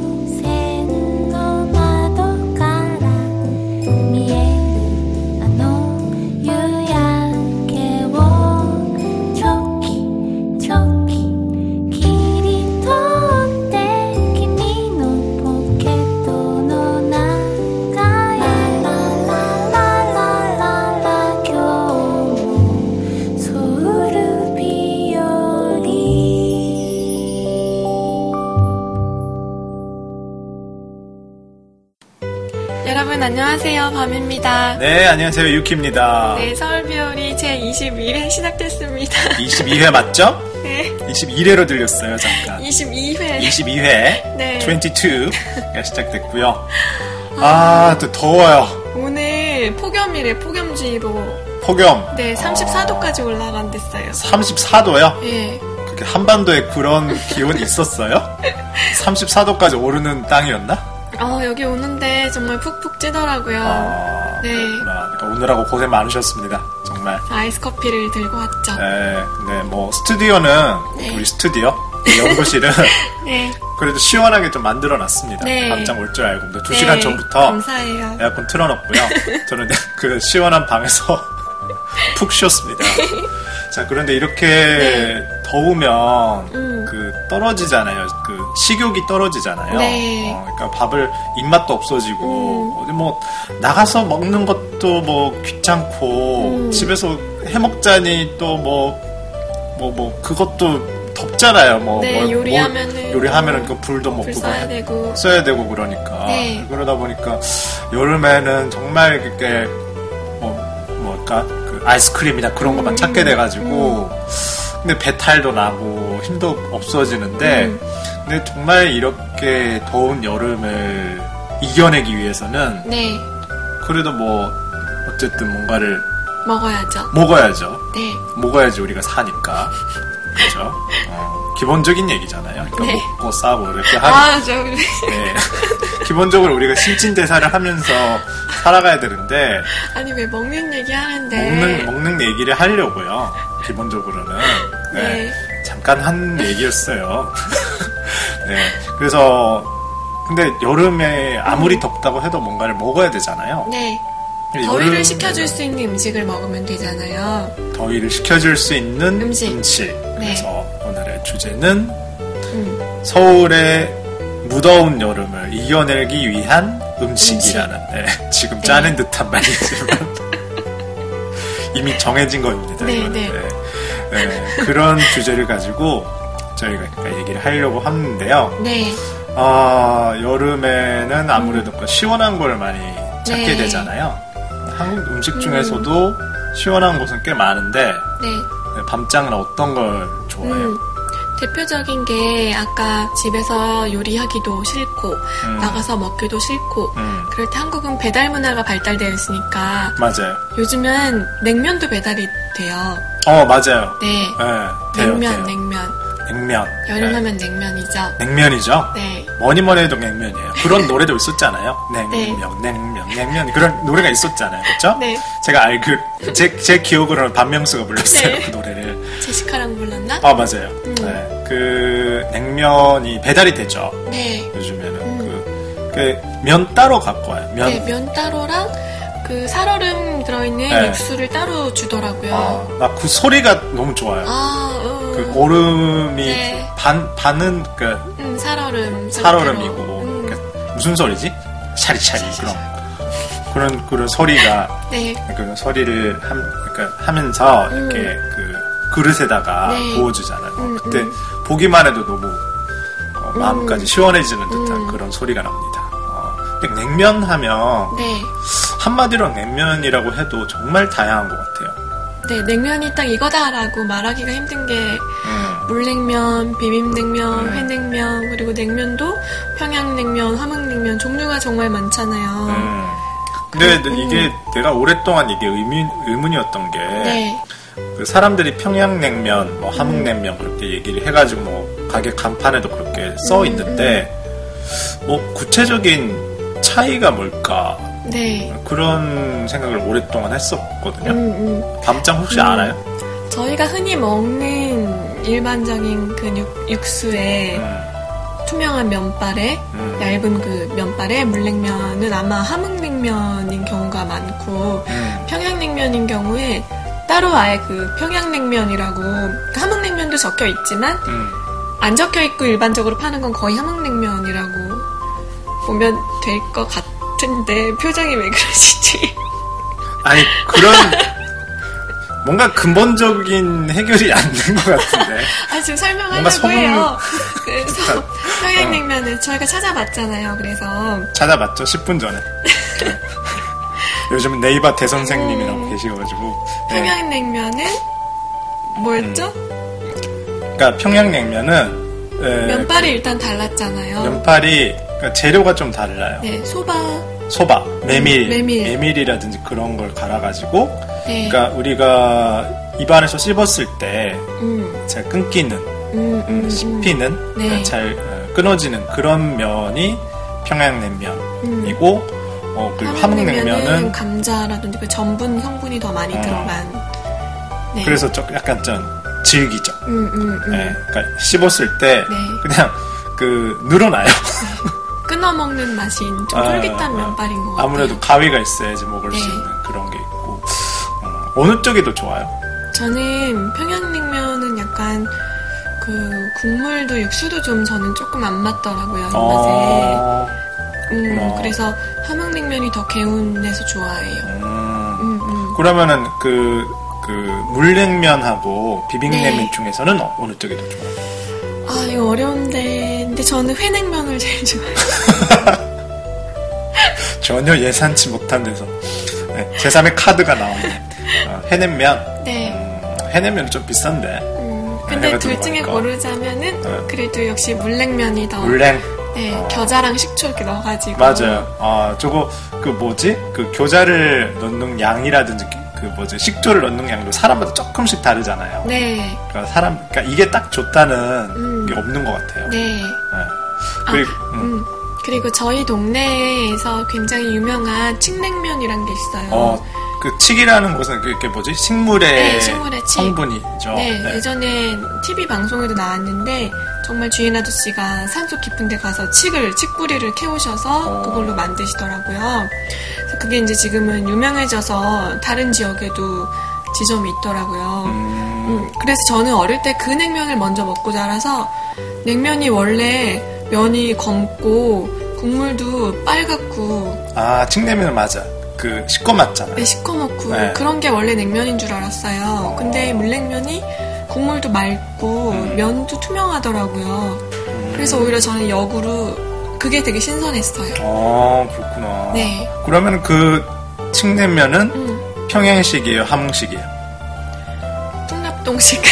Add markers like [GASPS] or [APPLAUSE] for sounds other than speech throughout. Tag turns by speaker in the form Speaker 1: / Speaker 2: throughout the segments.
Speaker 1: 이곳에는 너마도 가라 미에는 아노 유야케워 초키 초키 키리토 때 키미노 포켓도 너나가야 라라라라라 교모 소울 비오리
Speaker 2: 여러분 안녕하세요 밤입니다.
Speaker 3: 네, 안녕하세요. 유키입니다.
Speaker 2: 네 서울 비오리 제 21회 시작됐습니다. [LAUGHS]
Speaker 3: 22회 맞죠?
Speaker 2: 네
Speaker 3: 21회로 들렸어요, 잠깐.
Speaker 2: 22회
Speaker 3: 22회.
Speaker 2: 예. 네.
Speaker 3: 22가 시작됐고요. 아, 또 더워요.
Speaker 2: 오늘 폭염이래 폭염주의보
Speaker 3: 폭염.
Speaker 2: 네 34도까지 올라간댔어요.
Speaker 3: 34도요?
Speaker 2: 예
Speaker 3: 그렇게 한반도에 그런 기온이 있었어요? 34도까지 오르는 땅이었나?
Speaker 2: 어, 여기 오는데 정말 푹푹 찌더라고요.
Speaker 3: 아,
Speaker 2: 네.
Speaker 3: 그렇구나. 그러니까 오느라고 고생 많으셨습니다. 정말.
Speaker 2: 아이스 커피를 들고 왔죠.
Speaker 3: 네, 네, 뭐, 스튜디오는,
Speaker 2: 네.
Speaker 3: 우리 스튜디오, 이
Speaker 2: [LAUGHS]
Speaker 3: 연구실은
Speaker 2: 네,
Speaker 3: 그래도 시원하게 좀 만들어 놨습니다.
Speaker 2: 네.
Speaker 3: 밤장 올 줄 알고. 근데 두
Speaker 2: 네,
Speaker 3: 시간 전부터 네,
Speaker 2: 감사해요.
Speaker 3: 에어컨 틀어놓고요. 저는 그 시원한 방에서 [LAUGHS] 푹 쉬었습니다. 자, 그런데 이렇게 더우면
Speaker 2: 네. 음.
Speaker 3: 그 떨어지잖아요. 그 식욕이 떨어지잖아요.
Speaker 2: 네.
Speaker 3: 어, 그러니까 밥을 입맛도 없어지고
Speaker 2: 음.
Speaker 3: 어디 뭐 나가서 먹는 것도 뭐 귀찮고
Speaker 2: 음.
Speaker 3: 집에서 해 먹자니 또 뭐 뭐 뭐 그것도 덥잖아요. 뭐
Speaker 2: 네,
Speaker 3: 뭘- 뭘-
Speaker 2: 요리하면은
Speaker 3: 요리하면은 그 불도 먹고
Speaker 2: 불 써야
Speaker 3: 막
Speaker 2: 되고
Speaker 3: 써야 되고 그러니까
Speaker 2: 네.
Speaker 3: 그러다 보니까 여름에는 정말 그게 뭐 뭘까 그 아이스크림이나 그런 것만
Speaker 2: 음.
Speaker 3: 찾게 돼가지고 근데 배탈도 나고 힘도 없어지는데
Speaker 2: 음.
Speaker 3: 근데 정말 이렇게 더운 여름을 이겨내기 위해서는
Speaker 2: 네
Speaker 3: 그래도 뭐 어쨌든 뭔가를
Speaker 2: 먹어야죠.
Speaker 3: 먹어야죠
Speaker 2: 네
Speaker 3: 먹어야지 우리가 사니까 그렇죠 어, 기본적인 얘기잖아요 그러니까
Speaker 2: 네.
Speaker 3: 먹고 싸고 이렇게 하는
Speaker 2: 아, 저, [LAUGHS]
Speaker 3: 네. [LAUGHS] 기본적으로 우리가 심진대사를 하면서 살아가야 되는데
Speaker 2: 아니, 왜 먹는 얘기 하는데.
Speaker 3: 먹는 먹는 얘기를 하려고요. 기본적으로는 네.
Speaker 2: 네.
Speaker 3: 잠깐 한 얘기였어요. [LAUGHS] 네. 그래서 근데 여름에
Speaker 2: 음.
Speaker 3: 아무리 덥다고 해도 뭔가를 먹어야 되잖아요.
Speaker 2: 네.
Speaker 3: 근데
Speaker 2: 더위를
Speaker 3: 여름-
Speaker 2: 식혀줄 수 있는 음식을 먹으면 되잖아요.
Speaker 3: 더위를 식혀줄 수 있는
Speaker 2: 음식. 네.
Speaker 3: 음식. 그래서 오늘의 주제는
Speaker 2: 음.
Speaker 3: 서울의 무더운 여름을 이겨내기 위한 음식이라는 네, [LAUGHS] 지금 짜낸 듯한 말이지만 [LAUGHS] 이미 정해진 겁니다.
Speaker 2: 네,
Speaker 3: 이거는.
Speaker 2: 네.
Speaker 3: 네. 네, 그런 주제를 가지고 저희가 그러니까 얘기를 하려고 하는데요.
Speaker 2: 네.
Speaker 3: 아, 여름에는 아무래도 그 시원한 걸 많이 찾게
Speaker 2: 네.
Speaker 3: 되잖아요. 한국 음식 중에서도 시원한 곳은 꽤 많은데
Speaker 2: 네.
Speaker 3: 네, 밤장은 어떤 걸 좋아해요?
Speaker 2: 음. 대표적인 게 아까 집에서 요리하기도 싫고,
Speaker 3: 음,
Speaker 2: 나가서 먹기도 싫고,
Speaker 3: 음,
Speaker 2: 그럴 때 한국은 배달 문화가 발달되어 있으니까,
Speaker 3: 맞아요.
Speaker 2: 요즘은 냉면도 배달이 돼요.
Speaker 3: 어 맞아요.
Speaker 2: 네.
Speaker 3: 네, 돼요,
Speaker 2: 냉면,
Speaker 3: 돼요.
Speaker 2: 냉면.
Speaker 3: 냉면.
Speaker 2: 여름하면 냉면이죠.
Speaker 3: 네, 냉면이죠.
Speaker 2: 네.
Speaker 3: 뭐니 뭐니 해도 냉면이에요. 그런 노래도 있었잖아요. 냉면, 냉면, 냉면 그런 노래가 있었잖아요, 그렇죠?
Speaker 2: 네.
Speaker 3: 제가 알그 제 제 기억으로는 반명수가 불렀어요
Speaker 2: 네.
Speaker 3: 그 노래를.
Speaker 2: 제시카랑 불렀나?
Speaker 3: 아 맞아요.
Speaker 2: 음.
Speaker 3: 네, 그 냉면이 배달이 되죠.
Speaker 2: 네.
Speaker 3: 요즘에는
Speaker 2: 음.
Speaker 3: 그 면 따로 갖고 와요. 면.
Speaker 2: 네, 면 따로랑 그 살얼음 들어있는
Speaker 3: 네.
Speaker 2: 육수를 따로 주더라고요.
Speaker 3: 아, 나 그 소리가 너무 좋아요.
Speaker 2: 아, 음,
Speaker 3: 그 얼음이
Speaker 2: 네.
Speaker 3: 반 반은 그
Speaker 2: 음, 살얼음.
Speaker 3: 살얼음이고
Speaker 2: 상태로. 음,
Speaker 3: 그러니까 무슨 소리지? 샤리샤리 그런 그런 그런 소리가
Speaker 2: 네,
Speaker 3: 그런 소리를 함, 그러니까 하면서
Speaker 2: 음.
Speaker 3: 이렇게 그 그릇에다가
Speaker 2: 네.
Speaker 3: 부어주잖아요.
Speaker 2: 음,
Speaker 3: 그때
Speaker 2: 음.
Speaker 3: 보기만 해도 너무 어, 마음까지 시원해지는 듯한
Speaker 2: 음.
Speaker 3: 그런 소리가 납니다. 어, 근데 냉면 하면
Speaker 2: 네.
Speaker 3: 한마디로 냉면이라고 해도 정말 다양한 것 같아요.
Speaker 2: 네, 냉면이 딱 이거다라고 말하기가 힘든 게
Speaker 3: 음.
Speaker 2: 물냉면, 비빔냉면,
Speaker 3: 음.
Speaker 2: 회냉면, 그리고 냉면도 평양냉면, 함흥냉면 종류가 정말 많잖아요.
Speaker 3: 음. 근데
Speaker 2: 음.
Speaker 3: 이게 내가 오랫동안 이게 의문, 의문이었던 게
Speaker 2: 네,
Speaker 3: 그 사람들이 평양냉면, 뭐 함흥냉면 그렇게 얘기를 해가지고 뭐 가게 간판에도 그렇게 써
Speaker 2: 음,
Speaker 3: 있는데 뭐 구체적인 차이가 뭘까
Speaker 2: 네.
Speaker 3: 그런 생각을 오랫동안 했었거든요.
Speaker 2: 음,
Speaker 3: 밤장 혹시
Speaker 2: 음.
Speaker 3: 알아요?
Speaker 2: 음. 저희가 흔히 먹는 일반적인 그 육, 육수에
Speaker 3: 음.
Speaker 2: 투명한 면발에
Speaker 3: 음.
Speaker 2: 얇은 그 면발에 물냉면은 아마 함흥냉면인 경우가 많고
Speaker 3: 음.
Speaker 2: 평양냉면인 경우에 따로 아예 그 평양냉면이라고 그 함흥냉면도 적혀 있지만
Speaker 3: 음.
Speaker 2: 안 적혀 있고 일반적으로 파는 건 거의 함흥냉면이라고 보면 될 것 같은데 표정이 왜 그러시지? [LAUGHS]
Speaker 3: 아니 그런 [LAUGHS] 뭔가 근본적인 해결이 안 된 것 같은데.
Speaker 2: 아 지금
Speaker 3: 뭔가
Speaker 2: 설명하려고
Speaker 3: 아. 성은- [LAUGHS]
Speaker 2: 해요. 그래서 평양냉면을 저희가 찾아봤잖아요.
Speaker 3: 네.
Speaker 2: 그래서
Speaker 3: 찾아봤죠 10분 전에. 네. 요즘 네이버 대선생님이 나오고 계시가지고. 네.
Speaker 2: 음. 평양냉면은 뭐였죠?
Speaker 3: 음. 그러니까 평양냉면은 에,
Speaker 2: 면발이 일단 달랐잖아요.
Speaker 3: 면발이 그러니까 재료가 좀 달라요.
Speaker 2: 네, 소바.
Speaker 3: 소바, 메밀,
Speaker 2: 메밀.
Speaker 3: 이라든지 그런 걸 갈아가지고.
Speaker 2: 네.
Speaker 3: 그러니까 우리가 입안에서 씹었을 때
Speaker 2: 음,
Speaker 3: 잘 끊기는,
Speaker 2: 음, 음, 음.
Speaker 3: 씹히는,
Speaker 2: 네.
Speaker 3: 그러니까 잘 어, 끊어지는 그런 면이 평양냉면이고,
Speaker 2: 음.
Speaker 3: 어, 그리고 함흥냉면은
Speaker 2: 감자라든지 그 전분 성분이 더 많이
Speaker 3: 어.
Speaker 2: 들어간. 네.
Speaker 3: 그래서 좀 약간 좀 질기죠.
Speaker 2: 음, 음, 음.
Speaker 3: 예, 그러니까 씹었을 때
Speaker 2: 네.
Speaker 3: 그냥 그 늘어나요.
Speaker 2: 끊어 먹는 맛이 좀
Speaker 3: 아,
Speaker 2: 쫄깃한
Speaker 3: 아,
Speaker 2: 면발인 것 같아요.
Speaker 3: 아무래도 가위가 있어야지 먹을
Speaker 2: 네.
Speaker 3: 수 있는 그런 게 있고 어, 어느 쪽이 더 좋아요?
Speaker 2: 저는 평양냉면은 약간 그 국물도 육수도 좀 저는 조금 안 맞더라고요 입맛에.
Speaker 3: 어,
Speaker 2: 음,
Speaker 3: 그렇구나.
Speaker 2: 그래서 함흥냉면이 더 개운해서 좋아해요.
Speaker 3: 음,
Speaker 2: 음, 음.
Speaker 3: 그러면은 그, 그 물냉면하고 비빔냉면
Speaker 2: 네.
Speaker 3: 중에서는 어- 어느 쪽이 더 좋아요?
Speaker 2: 아 이거 어려운데 근데 저는 회냉면을 제일 좋아해요.
Speaker 3: 전혀 예상치 못한 데서 네, 제3의 카드가 나오네. 어, 해냉면.
Speaker 2: 네.
Speaker 3: 음, 해냉면은 좀 비싼데.
Speaker 2: 음,
Speaker 3: 해가
Speaker 2: 근데 둘 중에
Speaker 3: 들어가니까.
Speaker 2: 고르자면은
Speaker 3: 네.
Speaker 2: 그래도 역시 물냉면이 더
Speaker 3: 물냉.
Speaker 2: 네, 겨자랑 식초 이렇게 넣어가지고
Speaker 3: 맞아요. 아, 저거 그 뭐지? 그 교자를 넣는 양이라든지 그 뭐지? 식초를 넣는 양도 사람마다 조금씩 다르잖아요.
Speaker 2: 네,
Speaker 3: 그러니까 사람 그러니까 이게 딱 좋다는
Speaker 2: 음.
Speaker 3: 게 없는 것 같아요.
Speaker 2: 네.
Speaker 3: 네. 그리고 음.
Speaker 2: 음, 그리고 저희 동네에서 굉장히 유명한 칡냉면이란 게 있어요.
Speaker 3: 어, 그 칡이라는 것은 그- 그게 뭐지? 식물의,
Speaker 2: 네, 식물의 칡.
Speaker 3: 성분이죠.
Speaker 2: 네,
Speaker 3: 네.
Speaker 2: 예전에 TV 방송에도 나왔는데 정말 주인 아저씨가 산속 깊은 데 가서 칡을 칡뿌리를 캐오셔서
Speaker 3: 어.
Speaker 2: 그걸로 만드시더라고요. 그래서 그게 이제 지금은 유명해져서 다른 지역에도 지점이 있더라고요.
Speaker 3: 음,
Speaker 2: 음, 그래서 저는 어릴 때 그 냉면을 먼저 먹고 자라서 냉면이 원래 면이 검고 국물도 빨갛고
Speaker 3: 아, 칡내면 맞아. 그 시꺼맞잖아.
Speaker 2: 네, 시커멓고
Speaker 3: 네.
Speaker 2: 그런 게 원래 냉면인 줄 알았어요. 근데 물냉면이 국물도 맑고
Speaker 3: 음.
Speaker 2: 면도 투명하더라고요.
Speaker 3: 음.
Speaker 2: 그래서 오히려 저는 역으로 그게 되게 신선했어요.
Speaker 3: 아, 그렇구나.
Speaker 2: 네.
Speaker 3: 그러면 그 칡냉면은
Speaker 2: 음,
Speaker 3: 평양식이에요, 함흥식이에요.
Speaker 2: 통납동식 [LAUGHS]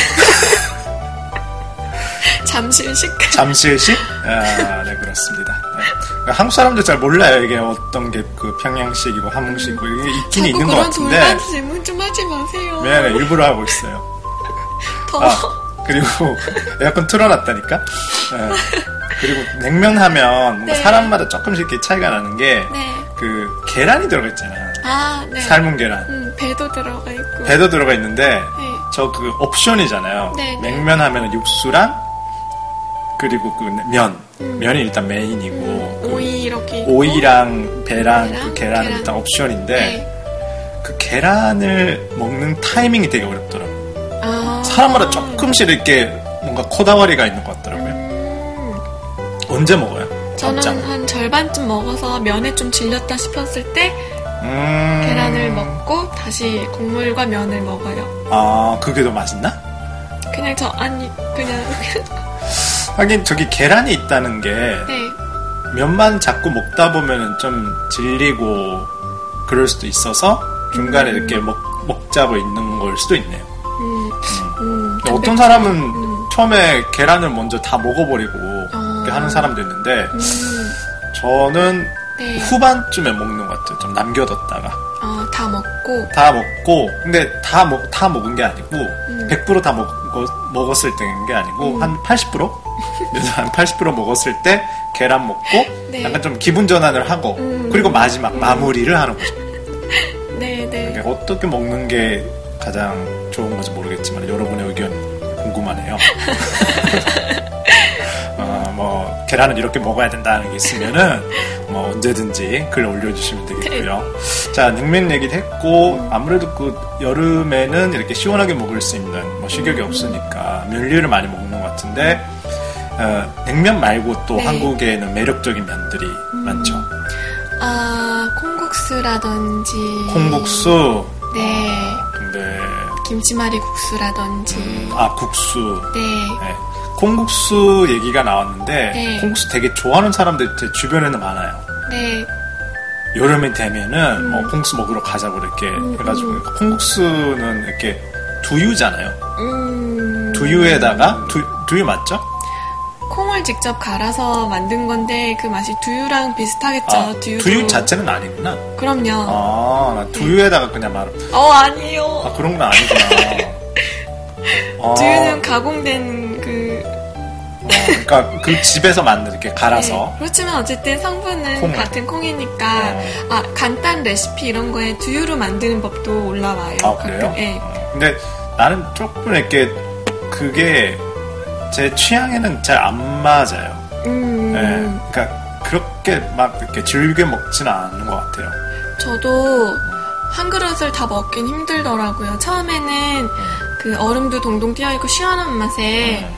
Speaker 2: 잠실식
Speaker 3: 잠실식? 아, 네 그렇습니다. 네. 그러니까 한국 사람들 잘 몰라요 이게 어떤 게 그 평양식이고 함흥식이고 이게 있긴
Speaker 2: 음. 자꾸
Speaker 3: 있는 것
Speaker 2: 그런
Speaker 3: 같은데.
Speaker 2: 돌발 질문 좀 하지 마세요.
Speaker 3: 네, 네, 일부러 하고 있어요.
Speaker 2: 더워.
Speaker 3: 아, 그리고 에어컨 틀어놨다니까. 예. 그리고 냉면 하면 뭔가
Speaker 2: 네.
Speaker 3: 사람마다 조금씩 이렇게 차이가 나는 게 그
Speaker 2: 네.
Speaker 3: 계란이 들어가 있잖아요.
Speaker 2: 아, 네.
Speaker 3: 삶은 계란.
Speaker 2: 음, 배도 들어가 있고.
Speaker 3: 배도 들어가 있는데
Speaker 2: 네.
Speaker 3: 저 그 옵션이잖아요.
Speaker 2: 네, 네.
Speaker 3: 냉면 하면 육수랑 그리고 그 면.
Speaker 2: 음.
Speaker 3: 면이 일단 메인이고 그
Speaker 2: 오이 이렇게. 있고.
Speaker 3: 오이랑 배랑 그
Speaker 2: 계란,
Speaker 3: 계란은
Speaker 2: 계란.
Speaker 3: 일단 옵션인데
Speaker 2: 네.
Speaker 3: 그 계란을 먹는 타이밍이 되게 어렵더라고요.
Speaker 2: 아.
Speaker 3: 사람마다 조금씩 이렇게 뭔가 코다와리가 있는 것 같더라고요.
Speaker 2: 음,
Speaker 3: 언제 먹어요?
Speaker 2: 저는
Speaker 3: 밥장.
Speaker 2: 한 절반쯤 먹어서 면에 좀 질렸다 싶었을 때
Speaker 3: 음.
Speaker 2: 계란을 먹고 다시 국물과 면을 먹어요.
Speaker 3: 아 그게 더 맛있나?
Speaker 2: 그냥 저 아니 그냥 [LAUGHS]
Speaker 3: 하긴 저기 계란이 있다는 게
Speaker 2: 네.
Speaker 3: 면만 자꾸 먹다 보면은 좀 질리고 그럴 수도 있어서 중간에
Speaker 2: 음.
Speaker 3: 이렇게 먹 먹자고 있는 걸 수도 있네요.
Speaker 2: 음. 음.
Speaker 3: 근데 어떤 사람은 처음에 계란을 먼저 다 먹어버리고
Speaker 2: 어.
Speaker 3: 이렇게 하는 사람도 있는데
Speaker 2: 음.
Speaker 3: 저는
Speaker 2: 네.
Speaker 3: 후반쯤에 먹는 것 같아요. 좀 남겨뒀다가.
Speaker 2: 아, 다 먹고
Speaker 3: 다 먹고 근데 다, 먹, 다 먹은 게 아니고
Speaker 2: 음.
Speaker 3: 100%다 먹, 었을 때인 게 아니고 한 80%?
Speaker 2: [LAUGHS]
Speaker 3: 한80% 먹었을 때 계란 먹고
Speaker 2: 네.
Speaker 3: 약간 좀 기분 전환을 하고
Speaker 2: 음.
Speaker 3: 그리고 마지막 마무리를 하는 거죠
Speaker 2: 네,
Speaker 3: 이게
Speaker 2: 네.
Speaker 3: 어떻게 먹는 게 가장 좋은 건지 모르겠지만 여러분의 의견 궁금하네요 [LAUGHS] 어, 뭐 계란은 이렇게 먹어야 된다는 게 있으면은 뭐 언제든지 글 올려주시면 되겠고요.
Speaker 2: 네.
Speaker 3: 자 냉면 얘기도 했고 아무래도 그 여름에는 이렇게 시원하게 먹을 수 있는 뭐 식욕이 없으니까 면류를 많이 먹는 것 같은데 어, 냉면 말고 또
Speaker 2: 네. 음.
Speaker 3: 한국에는 매력적인 면들이 많죠.
Speaker 2: 아, 콩국수라든지.
Speaker 3: 콩국수
Speaker 2: 네.
Speaker 3: 근데
Speaker 2: 김치말이 국수라든지.
Speaker 3: 아 국수
Speaker 2: 네.
Speaker 3: 네. 콩국수 얘기가 나왔는데
Speaker 2: 네.
Speaker 3: 콩국수 되게 좋아하는 사람들 제 주변에는 많아요.
Speaker 2: 네.
Speaker 3: 여름이 되면은
Speaker 2: 음.
Speaker 3: 뭐 콩국수 먹으러 가자고 이렇게 해가지고 그러니까 콩국수는 이렇게 두유잖아요.
Speaker 2: 음.
Speaker 3: 두유에다가 두, 두유 맞죠?
Speaker 2: 콩을 직접 갈아서 만든 건데 그 맛이 두유랑 비슷하겠죠.
Speaker 3: 아,
Speaker 2: 두유.
Speaker 3: 두유 자체는 아니구나.
Speaker 2: 그럼요.
Speaker 3: 아, 나 두유에다가 그냥 말.
Speaker 2: 어, 아니요.
Speaker 3: 아 그런 건
Speaker 2: [LAUGHS]
Speaker 3: 아니구나. 아,
Speaker 2: 두유는 가공된 그
Speaker 3: 어, 그러니까 그 집에서 만든 이렇게 갈아서.
Speaker 2: 네, 그렇지만 어쨌든 성분은
Speaker 3: 콩을.
Speaker 2: 같은 콩이니까
Speaker 3: 어.
Speaker 2: 아 간단 레시피 이런 거에 두유로 만드는 법도 올라와요.
Speaker 3: 아 그래요?
Speaker 2: 가끔. 네.
Speaker 3: 어, 근데 나는 조금 이렇게 그게 제 취향에는 잘 안 맞아요.
Speaker 2: 음,
Speaker 3: 예, 그러니까 그렇게 막 이렇게 즐겨 먹진 않는 것 같아요.
Speaker 2: 저도 한 그릇을 다 먹긴 힘들더라고요. 처음에는 그 얼음도 동동 띄어 있고 시원한 맛에
Speaker 3: 네.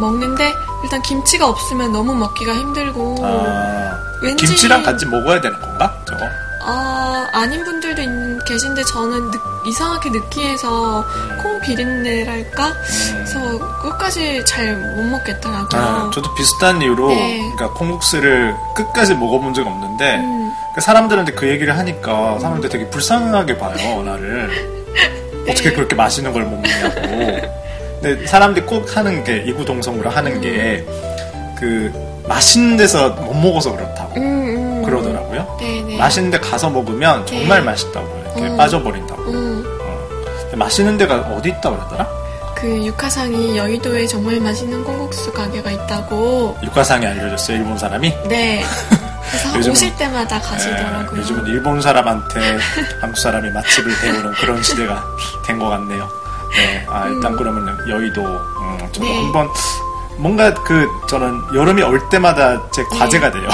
Speaker 2: 먹는데 일단 김치가 없으면 너무 먹기가 힘들고
Speaker 3: 아,
Speaker 2: 왠지
Speaker 3: 김치랑 같이 먹어야 되는 건가? 저거?
Speaker 2: 아, 아닌 분들도 있- 계신데 저는 느- 이상하게 느끼해서 콩 비린내랄까?
Speaker 3: 음.
Speaker 2: 그래서 끝까지 잘 못 먹겠더라고요.
Speaker 3: 아, 저도 비슷한 이유로
Speaker 2: 네.
Speaker 3: 그러니까 콩국수를 끝까지 먹어본 적이 없는데
Speaker 2: 음.
Speaker 3: 그러니까 사람들한테 그 얘기를 하니까 사람들 되게 불쌍하게 봐요
Speaker 2: [LAUGHS]
Speaker 3: 나를 어떻게 그렇게 맛있는 걸 못 먹냐고 근데 사람들이 꼭 하는 게 이구동성으로 하는 게 그 맛있는 데서 못 먹어서 그렇다고
Speaker 2: 음, 음.
Speaker 3: 그러더라고요
Speaker 2: 네네.
Speaker 3: 맛있는 데 가서 먹으면 정말
Speaker 2: 네.
Speaker 3: 맛있다고 이렇게
Speaker 2: 음.
Speaker 3: 빠져버린다고
Speaker 2: 음,
Speaker 3: 어. 근데 맛있는 데가 어디 있다고 그러더라?
Speaker 2: 그 육화상이 여의도에 정말 맛있는 콩국수 가게가 있다고.
Speaker 3: 육화상에 알려줬어요 일본 사람이
Speaker 2: 네. 그래서
Speaker 3: [LAUGHS] 요즘은-
Speaker 2: 오실 때마다
Speaker 3: 예,
Speaker 2: 가시더라고요.
Speaker 3: 요즘은 일본 사람한테 한국 사람이 맛집을 배우는 그런 시대가 된 것 같네요 네, 아, 일단 그러면 여의도 음, 저도
Speaker 2: 네.
Speaker 3: 한번 뭔가 그 저는 여름이 올 때마다 제 과제가
Speaker 2: 네. [LAUGHS]
Speaker 3: 돼요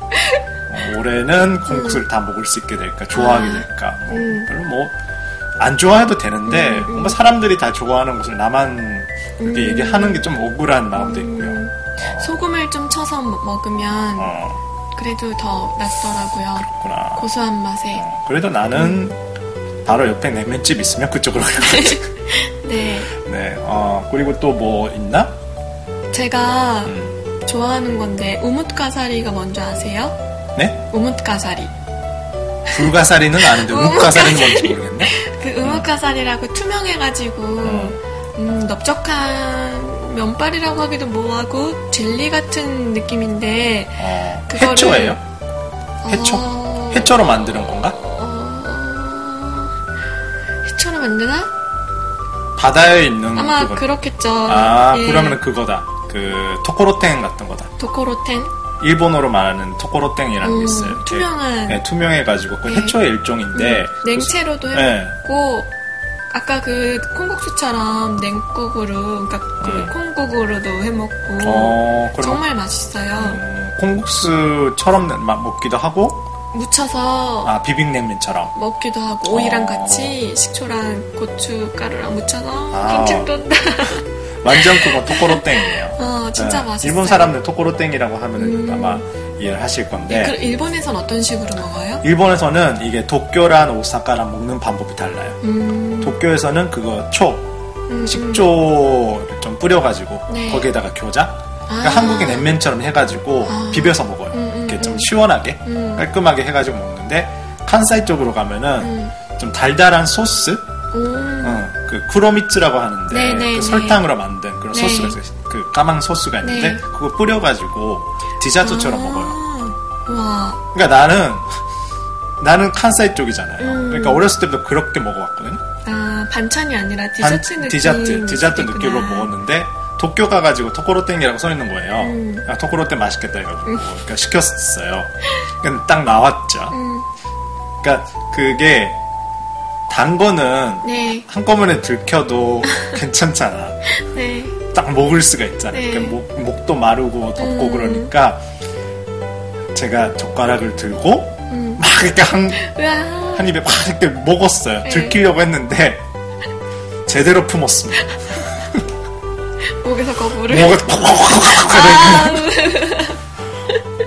Speaker 3: 어, 올해는 콩국수를 다 먹을 수 있게 될까 좋아하게
Speaker 2: 음. 아,
Speaker 3: 될까 뭐,
Speaker 2: 음.
Speaker 3: 별로 뭐 안 좋아해도 되는데
Speaker 2: 음, 음.
Speaker 3: 뭔가 사람들이 다 좋아하는 것을 나만 이렇게
Speaker 2: 음.
Speaker 3: 얘기하는 게 좀 억울한 마음도 있고요.
Speaker 2: 음, 소금을 좀 쳐서 먹- 먹으면
Speaker 3: 어,
Speaker 2: 그래도 더 낫더라고요.
Speaker 3: 그렇구나.
Speaker 2: 고소한 맛에.
Speaker 3: 어, 그래도 나는 바로 옆에 냉면집 있으면 그쪽으로 가요.
Speaker 2: 네. [LAUGHS]
Speaker 3: 네. 어, 그리고 또 뭐 있나?
Speaker 2: 제가
Speaker 3: 음.
Speaker 2: 좋아하는 건데 우뭇가사리가 뭔지 아세요?
Speaker 3: 네?
Speaker 2: 우뭇가사리.
Speaker 3: 불가사리는 아는데
Speaker 2: 음.
Speaker 3: 우뭇가사리는 뭔지
Speaker 2: [LAUGHS]
Speaker 3: 모르겠네.
Speaker 2: 그
Speaker 3: 음.
Speaker 2: 우뭇가사리라고 투명해가지고 음, 넓적한 면발이라고 하기도 뭐하고 젤리 같은 느낌인데
Speaker 3: 어,
Speaker 2: 그거를-
Speaker 3: 해초예요? 해초?
Speaker 2: 어,
Speaker 3: 해초로 만드는 건가?
Speaker 2: 어, 해초로 만드나?
Speaker 3: 바다에 있는
Speaker 2: 아마
Speaker 3: 음, 그거.
Speaker 2: 그렇겠죠.
Speaker 3: 아,
Speaker 2: 예.
Speaker 3: 그러면 그거다. 그 토코로텐 같은 거다.
Speaker 2: 도코로텐
Speaker 3: 일본어로 말하는 토코로땡이라는 게
Speaker 2: 음,
Speaker 3: 있어요. 이렇게,
Speaker 2: 투명한
Speaker 3: 네, 투명해가지고 그
Speaker 2: 네.
Speaker 3: 해초의 일종인데
Speaker 2: 음, 냉채로도 해
Speaker 3: 네.
Speaker 2: 고 아까 그 콩국수처럼 냉국으로 그러니까 그
Speaker 3: 음.
Speaker 2: 콩국으로도 해 먹고
Speaker 3: 어, 그럼
Speaker 2: 정말 맛있어요.
Speaker 3: 음, 콩국수처럼 막 먹기도 하고
Speaker 2: 무쳐서
Speaker 3: 아 비빔냉면처럼
Speaker 2: 먹기도 하고 오이랑
Speaker 3: 어.
Speaker 2: 같이 식초랑 고춧가루랑 무쳐서
Speaker 3: 아.
Speaker 2: 김치 쏜다.
Speaker 3: 완전 그거 토코로땡이에요.
Speaker 2: [LAUGHS] 어 [LAUGHS] 진짜
Speaker 3: 네,
Speaker 2: 맛있어요.
Speaker 3: 일본 사람들 네. 토코로땡이라고 하면은
Speaker 2: 음.
Speaker 3: 아마 이해를 하실 건데
Speaker 2: 그 일본에선 어떤 식으로 먹어요?
Speaker 3: 일본에서는 이게 도쿄랑 오사카랑 먹는 방법이 달라요.
Speaker 2: 음,
Speaker 3: 도쿄에서는 그거 초
Speaker 2: 음,
Speaker 3: 식초를 좀 뿌려가지고
Speaker 2: 네.
Speaker 3: 거기에다가 교자 그러니까
Speaker 2: 아.
Speaker 3: 한국인 냉면처럼 해가지고
Speaker 2: 아.
Speaker 3: 비벼서 먹어요.
Speaker 2: 음, 음,
Speaker 3: 이렇게 좀
Speaker 2: 음.
Speaker 3: 시원하게
Speaker 2: 음.
Speaker 3: 깔끔하게 해가지고 먹는데 칸사이 쪽으로 가면은
Speaker 2: 음.
Speaker 3: 좀 달달한 소스,
Speaker 2: 오.
Speaker 3: 어, 그 쿠로미츠라고 하는데
Speaker 2: 네, 네,
Speaker 3: 그
Speaker 2: 네.
Speaker 3: 설탕으로 만든 그런
Speaker 2: 네.
Speaker 3: 소스가 있어요. 그 까망 소스가 있는데
Speaker 2: 네. 아.
Speaker 3: 그거 뿌려가지고 디저트처럼 먹어요.
Speaker 2: 와.
Speaker 3: 그러니까 나는 나는 칸사이 쪽이잖아요.
Speaker 2: 음.
Speaker 3: 그러니까 어렸을 때부터 그렇게 먹어왔거든요.
Speaker 2: 아 반찬이 아니라
Speaker 3: 반-
Speaker 2: 디저트 느낌.
Speaker 3: 디저트, 디저트 느낌으로
Speaker 2: 있구나.
Speaker 3: 먹었는데 도쿄 가가지고 토코로땡이라고 써 있는 거예요.
Speaker 2: 음.
Speaker 3: 아, 토코로땡 맛있겠다 이래가지고 그러니까 시켰어요. 그러니까 딱 나왔죠.
Speaker 2: 음.
Speaker 3: 그러니까 그게 단 거는
Speaker 2: 네,
Speaker 3: [LAUGHS] 한꺼번에 들켜도 괜찮잖아.
Speaker 2: 네.
Speaker 3: 딱 목을 수가 있잖아요.
Speaker 2: 네.
Speaker 3: 그러니까 목, 목도 마르고 덥고
Speaker 2: 음.
Speaker 3: 그러니까 제가 젓가락을 들고
Speaker 2: 음.
Speaker 3: 막 이렇게 한,
Speaker 2: 으아.
Speaker 3: 한 입에 막 이렇게 먹었어요.
Speaker 2: 네.
Speaker 3: 들키려고 했는데 제대로 품었습니다.
Speaker 2: [LAUGHS] 목에서 거부를.
Speaker 3: 목을 팍팍팍팍
Speaker 2: 아, [LAUGHS]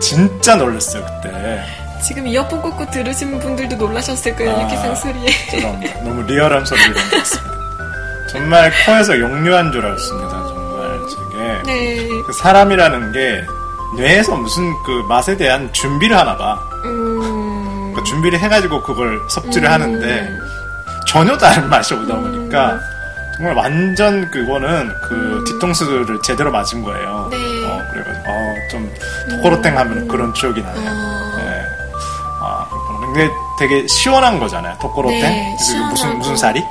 Speaker 3: 진짜 놀랐어요 그때.
Speaker 2: 지금 이어폰 꽂고 들으신 분들도 놀라셨을 거예요.
Speaker 3: 아.
Speaker 2: 유기상 소리에. [LAUGHS]
Speaker 3: 죄송합니다. 너무 리얼한 소리를 들었습니다. 정말 코에서 역류한 줄 알았습니다. 정말 제게
Speaker 2: 네.
Speaker 3: 그 사람이라는 게 뇌에서 무슨 그 맛에 대한 준비를 하나 봐.
Speaker 2: 음.
Speaker 3: 그러니까 준비를 해가지고 그걸 섭취를
Speaker 2: 음.
Speaker 3: 하는데 전혀 다른 [LAUGHS] 맛이 오다 보니까 정말 완전 그거는 그 뒤통수를 제대로 맞은 거예요.
Speaker 2: 네. 음.
Speaker 3: 어, 그래가지고 어, 좀 토코로땡 하면 그런 추억이 나네요.
Speaker 2: 어.
Speaker 3: 네. 아, 그렇구나. 근데 되게 시원한 거잖아요. 토코로땡.
Speaker 2: 네,
Speaker 3: 그리고 무슨
Speaker 2: 시원하고.
Speaker 3: 무슨 살이?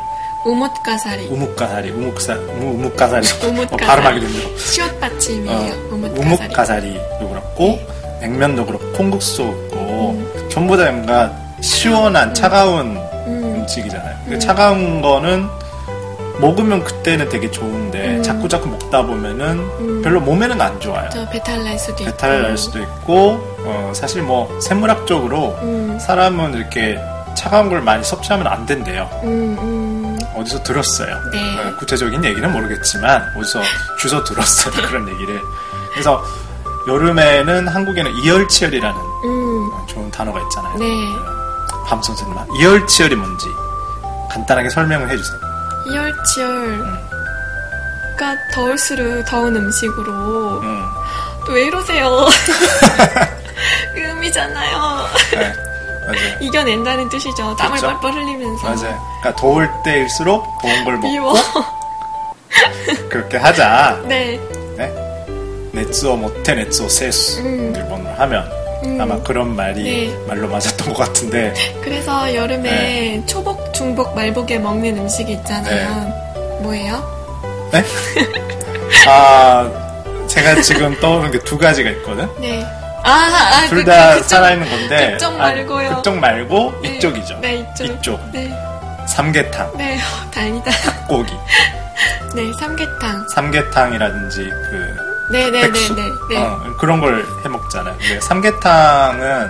Speaker 2: 우뭇가사리.
Speaker 3: 우뭇가사리, 우뭇사, 우- 우뭇가사리.
Speaker 2: 우뭇가사리.
Speaker 3: 어, 발음하기도 힘들어.
Speaker 2: 시옷
Speaker 3: 어,
Speaker 2: 받침이에요. 네, 우뭇가사리.
Speaker 3: 우뭇가사리도 그렇고, 냉면도 그렇고, 콩국수도 그렇고, 전부 다 뭔가 시원한 차가운
Speaker 2: 음.
Speaker 3: 음식이잖아요. 근데 차가운 거는 먹으면 그때는 되게 좋은데,
Speaker 2: 음.
Speaker 3: 자꾸자꾸 먹다 보면은
Speaker 2: 음.
Speaker 3: 별로 몸에는 안 좋아요.
Speaker 2: 저 배탈 날 수도 있고.
Speaker 3: 배탈 날 수도 있고, 어, 사실 뭐, 생물학적으로
Speaker 2: 음.
Speaker 3: 사람은 이렇게 차가운 걸 많이 섭취하면 안 된대요.
Speaker 2: 음, 음.
Speaker 3: 어디서 들었어요.
Speaker 2: 네.
Speaker 3: 어, 구체적인 얘기는 모르겠지만 어디서 주워 들었어요 [LAUGHS] 그런 얘기를. 그래서 여름에는 한국에는 이열치열이라는
Speaker 2: 음.
Speaker 3: 좋은 단어가 있잖아요.
Speaker 2: 네.
Speaker 3: 밤 선생님, 이열치열이 뭔지 간단하게 설명을 해주세요.
Speaker 2: 이열치열. 그러니까 더울수록 더운 음식으로.
Speaker 3: 음.
Speaker 2: 또 왜 이러세요? [LAUGHS] 음이잖아요.
Speaker 3: 네. 맞아요.
Speaker 2: 이겨낸다는 뜻이죠. 땀을
Speaker 3: 그렇죠.
Speaker 2: 뻘뻘 흘리면서.
Speaker 3: 맞아요. 어? 그러니까 더울 때일수록 더운 걸 먹고
Speaker 2: 미워.
Speaker 3: 그렇게 하자.
Speaker 2: [LAUGHS] 네.
Speaker 3: 네. 넷츠오 못해 넷츠오 세수
Speaker 2: 음.
Speaker 3: 일본어로 하면
Speaker 2: 음.
Speaker 3: 아마 그런 말이
Speaker 2: 네.
Speaker 3: 말로 맞았던 것 같은데
Speaker 2: 그래서 여름에
Speaker 3: 네.
Speaker 2: 초복, 중복, 말복에 먹는 음식이 있잖아요. 뭐예요? [LAUGHS]
Speaker 3: 네? 아, 제가 지금 떠오르는 게 두 가지가 있거든.
Speaker 2: 네. 아, 아
Speaker 3: 둘
Speaker 2: 그-
Speaker 3: 다
Speaker 2: 그- 그쪽-
Speaker 3: 살아있는 건데.
Speaker 2: 극적
Speaker 3: 아니,
Speaker 2: 말고요.
Speaker 3: 극적 말고
Speaker 2: 네.
Speaker 3: 이쪽이죠.
Speaker 2: 네, 이쪽.
Speaker 3: 이쪽.
Speaker 2: 네.
Speaker 3: 삼계탕,
Speaker 2: 네, [LAUGHS] 다행이다.
Speaker 3: 고기,
Speaker 2: 네, 삼계탕.
Speaker 3: 삼계탕이라든지 그
Speaker 2: 네, 네, 네,
Speaker 3: 백숙
Speaker 2: 네. 네.
Speaker 3: 어, 그런 걸 해먹잖아요. 근데 삼계탕은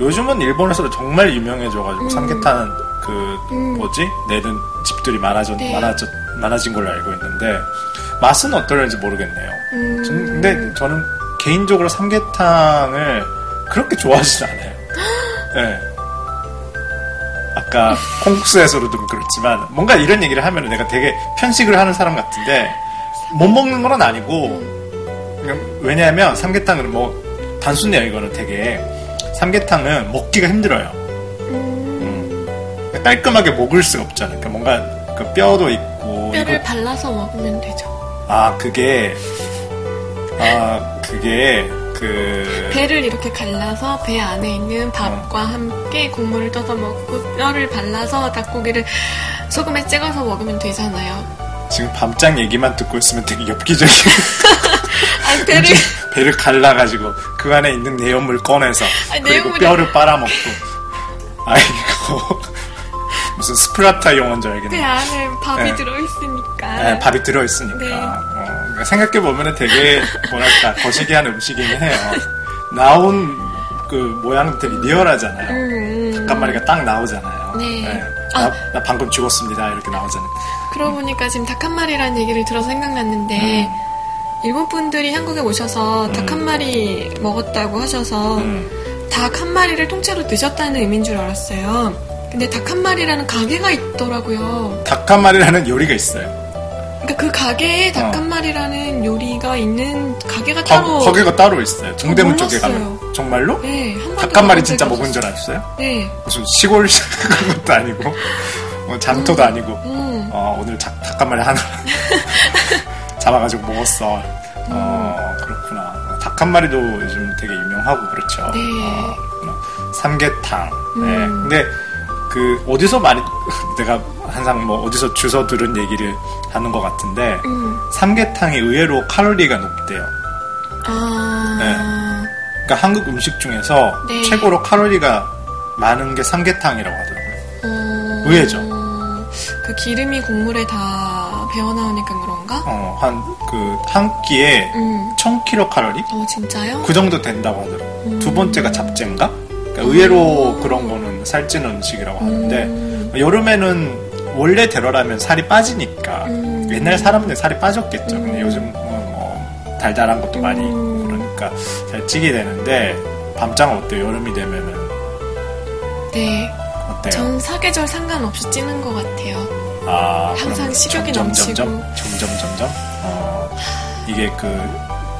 Speaker 3: 요즘은 일본에서도 정말 유명해져가지고
Speaker 2: 음.
Speaker 3: 삼계탕 그
Speaker 2: 음.
Speaker 3: 뭐지 내는 집들이 많아졌
Speaker 2: 네.
Speaker 3: 많아졌 많아진 걸로 알고 있는데 맛은 어떨는지 모르겠네요.
Speaker 2: 음.
Speaker 3: 전- 근데 저는 개인적으로 삼계탕을 그렇게 좋아하진
Speaker 2: [GASPS]
Speaker 3: 않아요. 네. 아까 콩국수에서도 그렇지만 뭔가 이런 얘기를 하면 내가 되게 편식을 하는 사람 같은데 못 먹는 건 아니고 그냥 왜냐하면 삼계탕은 뭐 단순해요 이거는 되게 삼계탕은 먹기가 힘들어요. 음. 깔끔하게 먹을 수가 없잖아요. 그러니까 뭔가 그 뼈도 있고
Speaker 2: 뼈를
Speaker 3: 이거-
Speaker 2: 발라서 먹으면 되죠.
Speaker 3: 아 그게 아 그게 그
Speaker 2: 배를 이렇게 갈라서 배 안에 있는 밥과 함께 국물을 떠서 먹고 뼈를 발라서 닭고기를 소금에 찍어서 먹으면 되잖아요.
Speaker 3: 지금 밤장 얘기만 듣고 있으면 되게 엽기적인
Speaker 2: [LAUGHS] 아니, 배를
Speaker 3: 배를 갈라가지고 그 안에 있는 내용물 꺼내서
Speaker 2: 아니,
Speaker 3: 그리고
Speaker 2: 내용물이-
Speaker 3: 뼈를 빨아먹고 아이고 [LAUGHS] 무슨 스프라타 용어인 줄
Speaker 2: [LAUGHS] 배
Speaker 3: 알겠네.
Speaker 2: 안에 밥이
Speaker 3: 네.
Speaker 2: 들어있으니까.
Speaker 3: 네, 밥이 들어있으니까. 그러니까
Speaker 2: 네.
Speaker 3: 생각해 보면 되게 뭐랄까 거시기한 음식이긴 해요. 나온 그 모양들이 리얼하잖아요.
Speaker 2: 음, 음.
Speaker 3: 닭가마리가 딱 나오잖아요. 예,
Speaker 2: 네.
Speaker 3: 나,
Speaker 2: 아.
Speaker 3: 나 방금 죽었습니다. 이렇게 나오잖아요.
Speaker 2: 그러고 보니까 지금 닭 한 마리라는 얘기를 들어서 생각났는데
Speaker 3: 음.
Speaker 2: 일본 분들이 한국에 오셔서 닭 한 마리 먹었다고 하셔서
Speaker 3: 음.
Speaker 2: 닭 한 마리를 통째로 드셨다는 의미인 줄 알았어요. 근데 닭 한 마리라는 가게가 있더라고요.
Speaker 3: 닭가마리라는 요리가 있어요.
Speaker 2: 그러니까 그 가게에 닭 한 마리라는 요리가 있는 가게가 따로
Speaker 3: 어. 거, 기가 따로 있어요. 동대문
Speaker 2: 몰랐어요.
Speaker 3: 쪽에 가면. 정말로?
Speaker 2: 네, 한 번도
Speaker 3: 닭 한 마리
Speaker 2: 먹어본
Speaker 3: 진짜
Speaker 2: 적이
Speaker 3: 먹은 줄
Speaker 2: 없었어요.
Speaker 3: 아셨어요?
Speaker 2: 네.
Speaker 3: 무슨 시골 [LAUGHS] 그런 것도 아니고 뭐 장터도 아니고
Speaker 2: 음.
Speaker 3: 어, 오늘 자, 닭가마리 하나 [LAUGHS] 잡아가지고 먹었어. 어, 그렇구나. 닭 한 마리도 요즘 되게 유명하고 그렇죠.
Speaker 2: 네.
Speaker 3: 어, 그렇구나. 삼계탕. 네.
Speaker 2: 음.
Speaker 3: 근데 그 어디서 많이 [LAUGHS] 내가 항상 뭐 어디서 주워 들은 얘기를 하는 것 같은데
Speaker 2: 음.
Speaker 3: 삼계탕이 의외로 칼로리가 높대요.
Speaker 2: 아.
Speaker 3: 그러니까 한국 음식 중에서
Speaker 2: 네.
Speaker 3: 최고로 칼로리가 많은 게 삼계탕이라고 하더라고요.
Speaker 2: 어,
Speaker 3: 의외죠.
Speaker 2: 그 기름이 국물에 다 배어 나오니까 그런가?
Speaker 3: 어, 한 그 한 끼에
Speaker 2: 음.
Speaker 3: 1000kcal
Speaker 2: 어 진짜요?
Speaker 3: 그 정도 된다고 하더라고요.
Speaker 2: 음.
Speaker 3: 두 번째가 잡채인가? 그러니까 의외로 그런 거는 살찌는 음식이라고 하는데
Speaker 2: 음.
Speaker 3: 여름에는 원래대로라면 살이 빠지니까
Speaker 2: 음.
Speaker 3: 옛날 사람들 살이 빠졌겠죠. 근데
Speaker 2: 음.
Speaker 3: 요즘은 뭐 달달한 것도 많이 있고
Speaker 2: 음.
Speaker 3: 그러니까 잘 찌게 되는데 밤장은 어때요? 여름이 되면은
Speaker 2: 네.
Speaker 3: 어때요?
Speaker 2: 전 사계절 상관없이 찌는 것 같아요.
Speaker 3: 아,
Speaker 2: 항상
Speaker 3: 그럼
Speaker 2: 식욕이
Speaker 3: 점점,
Speaker 2: 넘치고.
Speaker 3: 점점 점점 점점 어, 이게 그